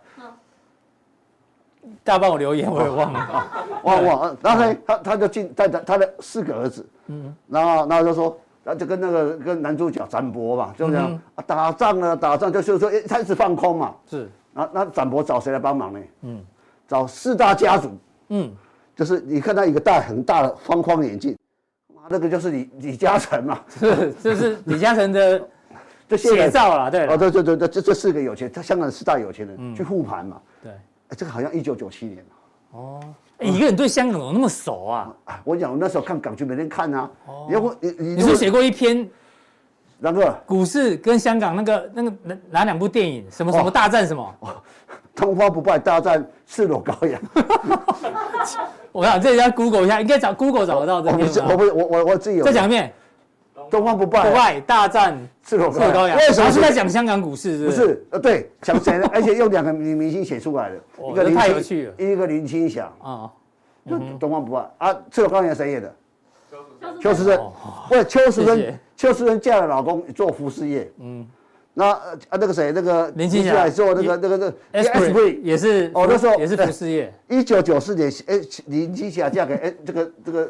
[SPEAKER 1] 大家帮我留言，我也忘了。
[SPEAKER 2] 忘忘了。然后呢，他他就进带着他的四个儿子，嗯，然后然后就说。然后就跟那个跟男主角展博嘛，就这样、
[SPEAKER 1] 嗯
[SPEAKER 2] 啊打仗啊，打仗就是说，诶他一直放空嘛，
[SPEAKER 1] 是，
[SPEAKER 2] 那那展博找谁来帮忙呢？嗯，找四大家族，
[SPEAKER 1] 嗯，
[SPEAKER 2] 就是你看到一个大很大的方框眼镜，妈那个就是李李嘉诚嘛，
[SPEAKER 1] (laughs) 是，这是李嘉诚的
[SPEAKER 2] 这些
[SPEAKER 1] 写
[SPEAKER 2] 人
[SPEAKER 1] 照啦，对
[SPEAKER 2] 哦，
[SPEAKER 1] 啦
[SPEAKER 2] 对对对对，这这四个有钱，他香港四大有钱人、去护盘嘛，
[SPEAKER 1] 对。
[SPEAKER 2] 哎这个好像一九九七年
[SPEAKER 1] 哎一个人对香港怎么那么熟啊？
[SPEAKER 2] 啊，我讲我那时候看港剧，每天看啊，你要不你
[SPEAKER 1] 哦
[SPEAKER 2] 你
[SPEAKER 1] 你是不是写过一篇
[SPEAKER 2] 然后
[SPEAKER 1] 股市跟香港那个那个哪哪两部电影？什
[SPEAKER 2] 哦
[SPEAKER 1] 么什么大战什么？
[SPEAKER 2] 通花不败大战赤裸羔
[SPEAKER 1] (laughs)
[SPEAKER 2] 羊，
[SPEAKER 1] 我想这要 Google 一下，应该找 Google 找得到这
[SPEAKER 2] 我不是
[SPEAKER 1] 篇
[SPEAKER 2] 我
[SPEAKER 1] 吧。
[SPEAKER 2] 不是我我我自己有
[SPEAKER 1] 再讲一遍，
[SPEAKER 2] 东方不败啊
[SPEAKER 1] 国外大战
[SPEAKER 2] 赤裸
[SPEAKER 1] 赤裸
[SPEAKER 2] 羔
[SPEAKER 1] 羔
[SPEAKER 2] 羊，
[SPEAKER 1] 羊，
[SPEAKER 2] 为什
[SPEAKER 1] 然
[SPEAKER 2] 么
[SPEAKER 1] 后是在讲香港股市？是
[SPEAKER 2] 不
[SPEAKER 1] 不是？
[SPEAKER 2] 是，呃，对，讲谁呢？而且用两个女明星写出来的，
[SPEAKER 1] 哦
[SPEAKER 2] 一个林
[SPEAKER 1] 这太
[SPEAKER 2] 青
[SPEAKER 1] 有趣了
[SPEAKER 2] 一个林青霞，
[SPEAKER 1] 啊，
[SPEAKER 2] 就东方不败啊。赤裸羔羊谁演的？
[SPEAKER 4] 就
[SPEAKER 2] 邱
[SPEAKER 4] 是
[SPEAKER 2] 淑贞，不是邱淑
[SPEAKER 1] 哦谢
[SPEAKER 2] 贞
[SPEAKER 1] 谢，
[SPEAKER 2] 邱淑贞嫁了老公做服饰业，嗯，那呃啊那个谁那个
[SPEAKER 1] 林青霞
[SPEAKER 2] 做那个那个那个
[SPEAKER 1] Esprit 也是
[SPEAKER 2] 哦那时候
[SPEAKER 1] 也是服饰
[SPEAKER 2] (laughs)
[SPEAKER 1] 业，
[SPEAKER 2] 一九九四年，哎，林青霞嫁给哎这个这个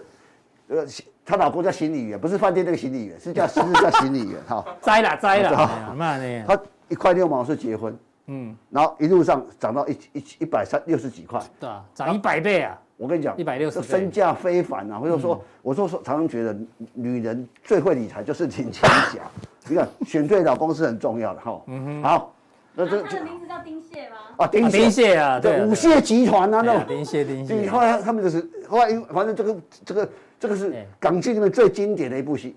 [SPEAKER 2] 呃她老公叫行李员，不是饭店那个行李员，是叫是叫行李员
[SPEAKER 1] (laughs)
[SPEAKER 2] 哈。
[SPEAKER 1] 栽啦栽啦，
[SPEAKER 2] 我知道
[SPEAKER 1] 哎呀妈呢？
[SPEAKER 2] 她一块六毛是结婚，嗯，然后一路上涨到一一一百三六十几块，
[SPEAKER 1] 对啊，涨一百倍啊！
[SPEAKER 2] 我跟你讲，
[SPEAKER 1] 160倍
[SPEAKER 2] 身价非凡
[SPEAKER 1] 嗯
[SPEAKER 2] 啊！或者说，我就说常常觉得女人最会理财就是林青霞。
[SPEAKER 1] (laughs)
[SPEAKER 2] 你看，选对老公是很重要的哈。好，那这
[SPEAKER 4] 啊他的名字叫丁蟹吗？
[SPEAKER 2] 啊，丁
[SPEAKER 1] 嗯啊丁
[SPEAKER 2] 蟹
[SPEAKER 1] 蟹啊，对
[SPEAKER 2] 对
[SPEAKER 1] 啊，
[SPEAKER 2] 五蟹集团啊，
[SPEAKER 1] 对啊
[SPEAKER 2] 那
[SPEAKER 1] 丁蟹丁
[SPEAKER 2] 你
[SPEAKER 1] 蟹
[SPEAKER 2] 后，来他们就是后来，因为反正这个这个这个是
[SPEAKER 1] 对
[SPEAKER 2] 港剧里面最经典的一部戏。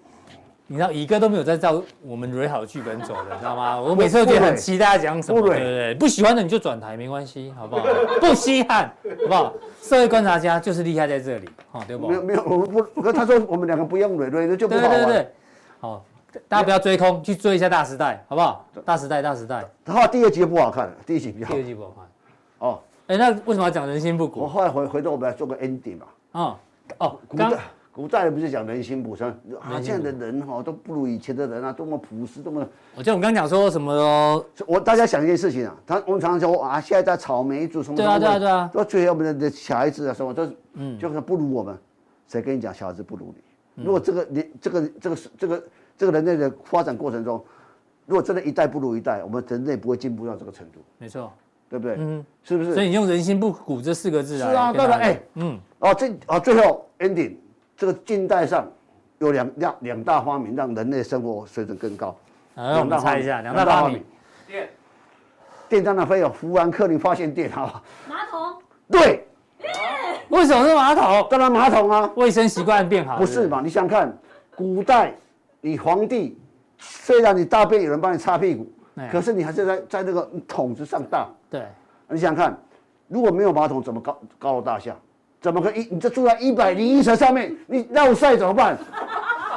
[SPEAKER 1] 你知道乙哥都没有在照我们蕊好的剧本走的，你知道吗？我每次都觉得很期待他讲什么，
[SPEAKER 2] 不
[SPEAKER 1] 对
[SPEAKER 2] 蕊
[SPEAKER 1] 不对？不喜欢的你就转台没关系，好不好？ (laughs) 不稀罕，好不好？社会观察家就是厉害在这里，哦，对不
[SPEAKER 2] 没？有没有，我们不，可他说我们两个不用蕊蕊的就不
[SPEAKER 1] 对
[SPEAKER 2] 好
[SPEAKER 1] 对对
[SPEAKER 2] 玩。
[SPEAKER 1] 对，好，大家不要追空，去追一下大时代，好不好？大时代，大时代，
[SPEAKER 2] 他后来第二集就不好看了，第一集比较好
[SPEAKER 1] 第二。季不好看。
[SPEAKER 2] 哦，
[SPEAKER 1] 哎，那为什么要讲人心不
[SPEAKER 2] 我
[SPEAKER 1] 古？
[SPEAKER 2] 后来回回头我们来做个 ending 吧。
[SPEAKER 1] 哦哦，
[SPEAKER 2] 古
[SPEAKER 1] 刚
[SPEAKER 2] 代古代人不是讲人心不善啊，
[SPEAKER 1] 人心
[SPEAKER 2] 现在的人哦哈、都不如以前的人啊，多么朴实，多么……
[SPEAKER 1] 我哦记得我们刚讲说什么哦？
[SPEAKER 2] 我大家想一件事情啊，他我们常常说啊，现在在草莓族什么
[SPEAKER 1] 对啊
[SPEAKER 2] 什么的
[SPEAKER 1] 对啊对啊
[SPEAKER 2] 都觉得我们的小孩子啊什么都嗯，就是不如我们，谁跟你讲小孩子不如
[SPEAKER 1] 嗯
[SPEAKER 2] 你？如果这个你这个这个这个这个人类的发展过程中，如果真的一代不如一代，我们人类不会进步到这个程度，
[SPEAKER 1] 没错，
[SPEAKER 2] 对不对？嗯，是不是？
[SPEAKER 1] 所以你用“人心不古”这四个字
[SPEAKER 2] 是啊
[SPEAKER 1] 来跟大家
[SPEAKER 2] 当然哎
[SPEAKER 1] 嗯，
[SPEAKER 2] 哦，最哦，最后 ending，这个近代上有两两两大发明让人类生活水准更高。
[SPEAKER 1] 好哎让我们猜一下，两大发明，
[SPEAKER 2] 电当然会有富兰克林发现电，好吧？
[SPEAKER 4] 马桶
[SPEAKER 2] 对，
[SPEAKER 1] 为什么是马桶？
[SPEAKER 2] 当然马桶啊，
[SPEAKER 1] 卫生习惯变好？
[SPEAKER 2] 不是
[SPEAKER 1] 吧？
[SPEAKER 2] 嘛？你想看，古代你皇帝虽然你大便有人帮你擦屁股
[SPEAKER 1] 哎，
[SPEAKER 2] 可是你还是在在那个桶子上大。
[SPEAKER 1] 对，
[SPEAKER 2] 你想想看，如果没有马桶，怎么高高楼大厦？怎么可以？你这住在一百零一层上面，你绕晒怎么办？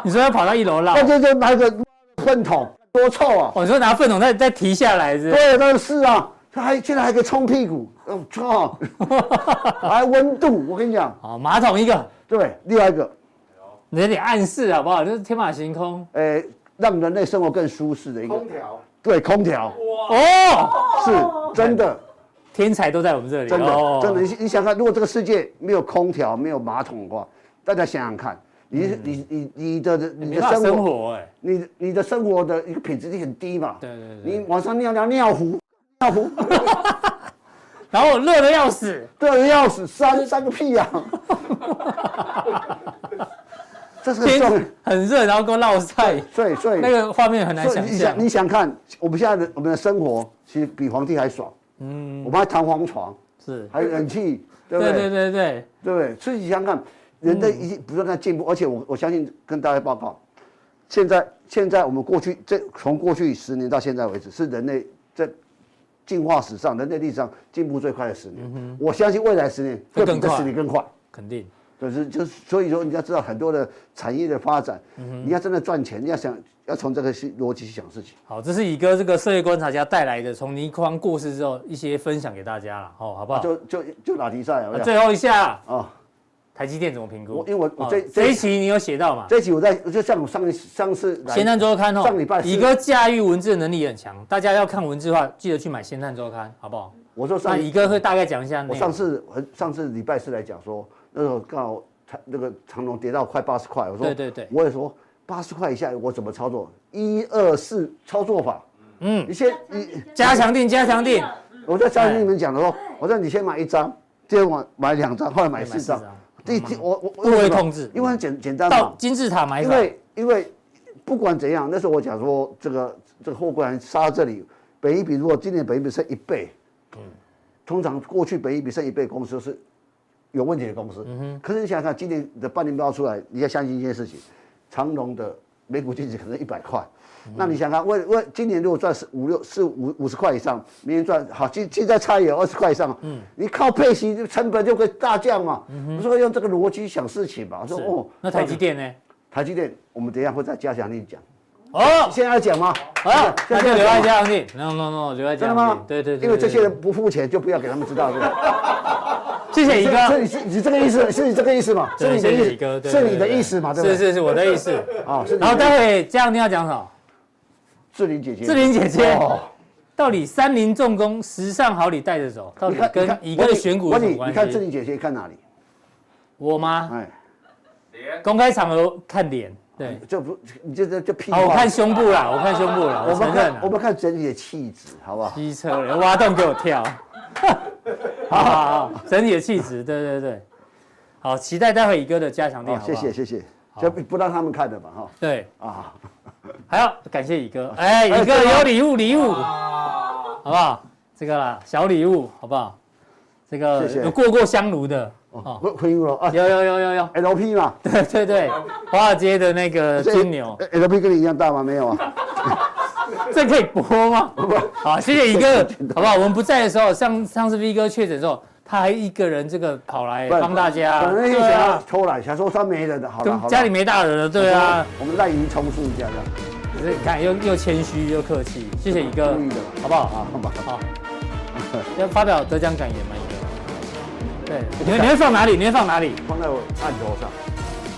[SPEAKER 1] 你说要跑到一楼啦
[SPEAKER 2] 那？就就拿个粪桶，多臭啊！
[SPEAKER 1] 我说拿粪桶再再提下来是不是？
[SPEAKER 2] 对，那是啊，他还现在还可以冲屁股，哦，
[SPEAKER 1] (laughs)
[SPEAKER 2] 操，还温度，我跟你讲，
[SPEAKER 1] 好，马桶一个，
[SPEAKER 2] 对，另外一个，
[SPEAKER 1] 你有点暗示好不好？就是天马行空
[SPEAKER 2] 呃，让人类生活更舒适的一个
[SPEAKER 3] 空，调，
[SPEAKER 2] 对，空调
[SPEAKER 1] 哦，
[SPEAKER 2] 是真的，
[SPEAKER 1] 天才都在我们这里，
[SPEAKER 2] 真的，
[SPEAKER 1] 哦
[SPEAKER 2] 真的，你你想看，如果这个世界没有空调，没有马桶的话，大家想想看，你你你你的你
[SPEAKER 1] 嗯没
[SPEAKER 2] 的
[SPEAKER 1] 办法
[SPEAKER 2] 生
[SPEAKER 1] 生
[SPEAKER 2] 活，
[SPEAKER 1] 活哎，
[SPEAKER 2] 你的你的生活的一个品质就很低嘛，
[SPEAKER 1] 对对对
[SPEAKER 2] 你晚上尿尿尿壶，尿壶，
[SPEAKER 1] 然后我热的要死，
[SPEAKER 2] 热的要死，三三个屁呀、 (laughs) 这是很
[SPEAKER 1] 天
[SPEAKER 2] 重要。
[SPEAKER 1] 很热，然后给我落晒，
[SPEAKER 2] 所以所以
[SPEAKER 1] 那个画面很难
[SPEAKER 2] 所以
[SPEAKER 1] 想
[SPEAKER 2] 你
[SPEAKER 1] 象
[SPEAKER 2] 想。你想看，我们现在的我们的生活其实比皇帝还爽。嗯，我们还弹簧床，
[SPEAKER 1] 是，
[SPEAKER 2] 还有冷气，对不
[SPEAKER 1] 对对对
[SPEAKER 2] 对？
[SPEAKER 1] 对，
[SPEAKER 2] 对不对？所以你想想看，人类已经不断在进步，而且我我相信跟大家报告，现在现在我们过去这从过去十年到现在为止，是人类在进化史上人类历史上进步最快的十年。我相信未来十年
[SPEAKER 1] 会
[SPEAKER 2] 嗯会
[SPEAKER 1] 更
[SPEAKER 2] 比这
[SPEAKER 1] 快
[SPEAKER 2] 十年更快。
[SPEAKER 1] 肯定嗯
[SPEAKER 2] 就是就是，所以说你要知道很多的产业的发展，你要真的赚钱，你要想要从这个去逻辑去想事情。
[SPEAKER 1] 好，这是乙哥这个社会观察家带来的从倪匡过世之后一些分享给大家了，哦，好不好？
[SPEAKER 2] 啊就就就拉题赛
[SPEAKER 1] 那
[SPEAKER 2] 啊，
[SPEAKER 1] 最后一下，
[SPEAKER 2] 啊，
[SPEAKER 1] 台积电怎么评估
[SPEAKER 2] 我？因为我我
[SPEAKER 1] 哦
[SPEAKER 2] 这
[SPEAKER 1] 这
[SPEAKER 2] 这
[SPEAKER 1] 一期你有写到嘛？
[SPEAKER 2] 这一期我在我就像我上一上次来
[SPEAKER 1] 咸蛋周刊哦，
[SPEAKER 2] 上礼拜四
[SPEAKER 1] 乙哥驾驭文字能力很强，大家要看文字的话，记得去买咸蛋周刊，好不好？
[SPEAKER 2] 我说
[SPEAKER 1] 那
[SPEAKER 2] 上
[SPEAKER 1] 乙哥会大概讲一下内
[SPEAKER 2] 我
[SPEAKER 1] 容。
[SPEAKER 2] 上次很上次礼拜四来讲说，那时候刚好长那个长隆跌到快八十块，我说
[SPEAKER 1] 对对对
[SPEAKER 2] 我也说八十块以下我怎么操作？一二四操作法，
[SPEAKER 1] 嗯，
[SPEAKER 2] 你先你
[SPEAKER 1] 加强定，加强定，
[SPEAKER 2] 我在
[SPEAKER 1] 哎
[SPEAKER 2] 家里面讲的说，我说你先买一张，第二晚买两张，后来买四张
[SPEAKER 1] 买四张，
[SPEAKER 2] 第第我我我
[SPEAKER 1] 部位控制
[SPEAKER 2] 因为很简简单
[SPEAKER 1] 到
[SPEAKER 2] 嘛，
[SPEAKER 1] 金字塔买
[SPEAKER 2] 因
[SPEAKER 1] 法。
[SPEAKER 2] 为哦因为不管怎样，那时候我讲说这个这个货柜还杀到这里，本一比如果今年本一比剩一倍，
[SPEAKER 1] 嗯
[SPEAKER 2] 通常过去本一比剩一倍公司是有问题的公司，
[SPEAKER 1] 嗯
[SPEAKER 2] 可是你想想看，今年的半年报出来，你要相信一件事情，长隆的每股净值可能一百块。
[SPEAKER 1] 嗯
[SPEAKER 2] 那你想想看，为为今年如果赚四五六四五五十块以上，明年赚好，现现在差也有二十块以上，嗯，你靠配息成本就会大降嘛。我说用这个逻辑想事情嘛，我说
[SPEAKER 1] 嗯是
[SPEAKER 2] 哦，
[SPEAKER 1] 那台积电呢？
[SPEAKER 2] 台积电，我们等一下会再加强力讲。
[SPEAKER 1] 哦，
[SPEAKER 2] 现在要讲吗？
[SPEAKER 1] 好，
[SPEAKER 2] 现
[SPEAKER 1] 那
[SPEAKER 2] 在
[SPEAKER 1] 就
[SPEAKER 2] 要
[SPEAKER 1] 留
[SPEAKER 2] 讲
[SPEAKER 1] 在
[SPEAKER 2] 吗
[SPEAKER 1] 加强定。No No No，留在
[SPEAKER 2] 真
[SPEAKER 1] 加强
[SPEAKER 2] 的吗
[SPEAKER 1] 定。？对对对，
[SPEAKER 2] 因为这些
[SPEAKER 1] 对，
[SPEAKER 2] 人不付钱，就不要给他们知道，对吧？
[SPEAKER 1] 对谢谢乙
[SPEAKER 2] 这
[SPEAKER 1] 哥
[SPEAKER 2] 这。你是你这个意思，是你这个意思嘛？是
[SPEAKER 1] 对
[SPEAKER 2] 你的
[SPEAKER 1] 谢谢
[SPEAKER 2] 意
[SPEAKER 1] 乙哥，
[SPEAKER 2] 思，
[SPEAKER 1] 对
[SPEAKER 2] 是
[SPEAKER 1] 对
[SPEAKER 2] 你的
[SPEAKER 1] 对
[SPEAKER 2] 意思嘛？对不
[SPEAKER 1] 是
[SPEAKER 2] 对？
[SPEAKER 1] 是是我的意思。
[SPEAKER 2] 啊，是你的
[SPEAKER 1] 然后待会嘉阳定要讲什么？
[SPEAKER 2] 志玲姐姐，
[SPEAKER 1] 志玲姐姐
[SPEAKER 2] 哦
[SPEAKER 1] 到底三菱重工时尚好礼带着走，到
[SPEAKER 2] 你
[SPEAKER 1] 底
[SPEAKER 2] 看你
[SPEAKER 1] 跟
[SPEAKER 2] 看
[SPEAKER 1] 乙哥的选股
[SPEAKER 2] 我
[SPEAKER 1] 有
[SPEAKER 2] 问
[SPEAKER 1] 什
[SPEAKER 2] 你
[SPEAKER 1] 么
[SPEAKER 2] 你看
[SPEAKER 1] 关系？
[SPEAKER 2] 志玲姐姐看哪里？
[SPEAKER 1] 我吗？
[SPEAKER 2] 哎，
[SPEAKER 1] 公开场合看脸，对。
[SPEAKER 2] 这不，你这这这屁话。
[SPEAKER 1] 好，我看胸部啦，我看啊胸部啦，我
[SPEAKER 2] 我
[SPEAKER 1] 承
[SPEAKER 2] 们
[SPEAKER 1] 认
[SPEAKER 2] 看我
[SPEAKER 1] 啦。
[SPEAKER 2] 们看整体的气质，好不好？
[SPEAKER 1] 机车人挖洞给我跳， (laughs) 好好好，整体的气质，对对对。好，期待待会乙哥的加强
[SPEAKER 2] 好，
[SPEAKER 1] 练，好不
[SPEAKER 2] 谢
[SPEAKER 1] 好
[SPEAKER 2] 谢。谢谢，就不不让他们看的嘛
[SPEAKER 1] 对，
[SPEAKER 2] 哈啊。
[SPEAKER 1] 还要感谢乙哥，哎，乙哥
[SPEAKER 2] 对吗
[SPEAKER 1] 有礼物，礼
[SPEAKER 2] 啊
[SPEAKER 1] 物，好不好？这个啦，小礼物，好不好？这个
[SPEAKER 2] 谢谢
[SPEAKER 1] 有过过香炉的，
[SPEAKER 2] 哦，
[SPEAKER 1] 哦，
[SPEAKER 2] 回回应了啊
[SPEAKER 1] 有有有有 (laughs) 有，
[SPEAKER 2] ，LP 嘛，
[SPEAKER 1] 对对对，华尔街的那个
[SPEAKER 2] 这
[SPEAKER 1] 金
[SPEAKER 2] (laughs)
[SPEAKER 1] 牛，
[SPEAKER 2] 呃 LP 跟你一样大吗？没
[SPEAKER 1] (laughs)
[SPEAKER 2] 有啊，
[SPEAKER 1] 这可以播吗？好，谢谢一哥，好不好？我们不在的时候，上上次 V 哥确诊之后，他还一个人这个跑来
[SPEAKER 2] 不然
[SPEAKER 1] 帮大家，
[SPEAKER 2] 本来也
[SPEAKER 1] 对
[SPEAKER 2] 想要
[SPEAKER 1] 啊，
[SPEAKER 2] 偷懒，想说他没人的，好了，好
[SPEAKER 1] 跟
[SPEAKER 2] 了
[SPEAKER 1] 家里没大人了，对啊，，
[SPEAKER 2] 我们赖云重塑一下这样，
[SPEAKER 1] 可是你看又又谦虚又客气，谢谢一哥
[SPEAKER 2] 故意的，
[SPEAKER 1] 好不好？
[SPEAKER 2] 啊
[SPEAKER 1] 好，
[SPEAKER 2] 好吧， (laughs)
[SPEAKER 1] 好，要发表得奖感言吗？一哥，对，你会你会放哪里？你会放哪里？
[SPEAKER 2] 放在我案头上，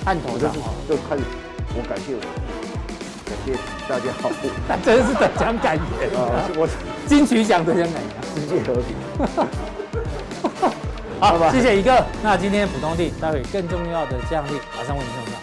[SPEAKER 1] 按头
[SPEAKER 2] 我就
[SPEAKER 1] 上
[SPEAKER 2] 是
[SPEAKER 1] 哦，
[SPEAKER 2] 就开始，我感谢我，感谢大家好， (laughs)
[SPEAKER 1] 那真是得奖感言啊
[SPEAKER 2] 啊，，我是
[SPEAKER 1] 金曲奖得奖感言。
[SPEAKER 2] 世界和平。
[SPEAKER 1] 好
[SPEAKER 2] 拜，拜
[SPEAKER 1] (laughs) 谢谢一哥。那今天浦东地，待会更重要的降力马上为您送上。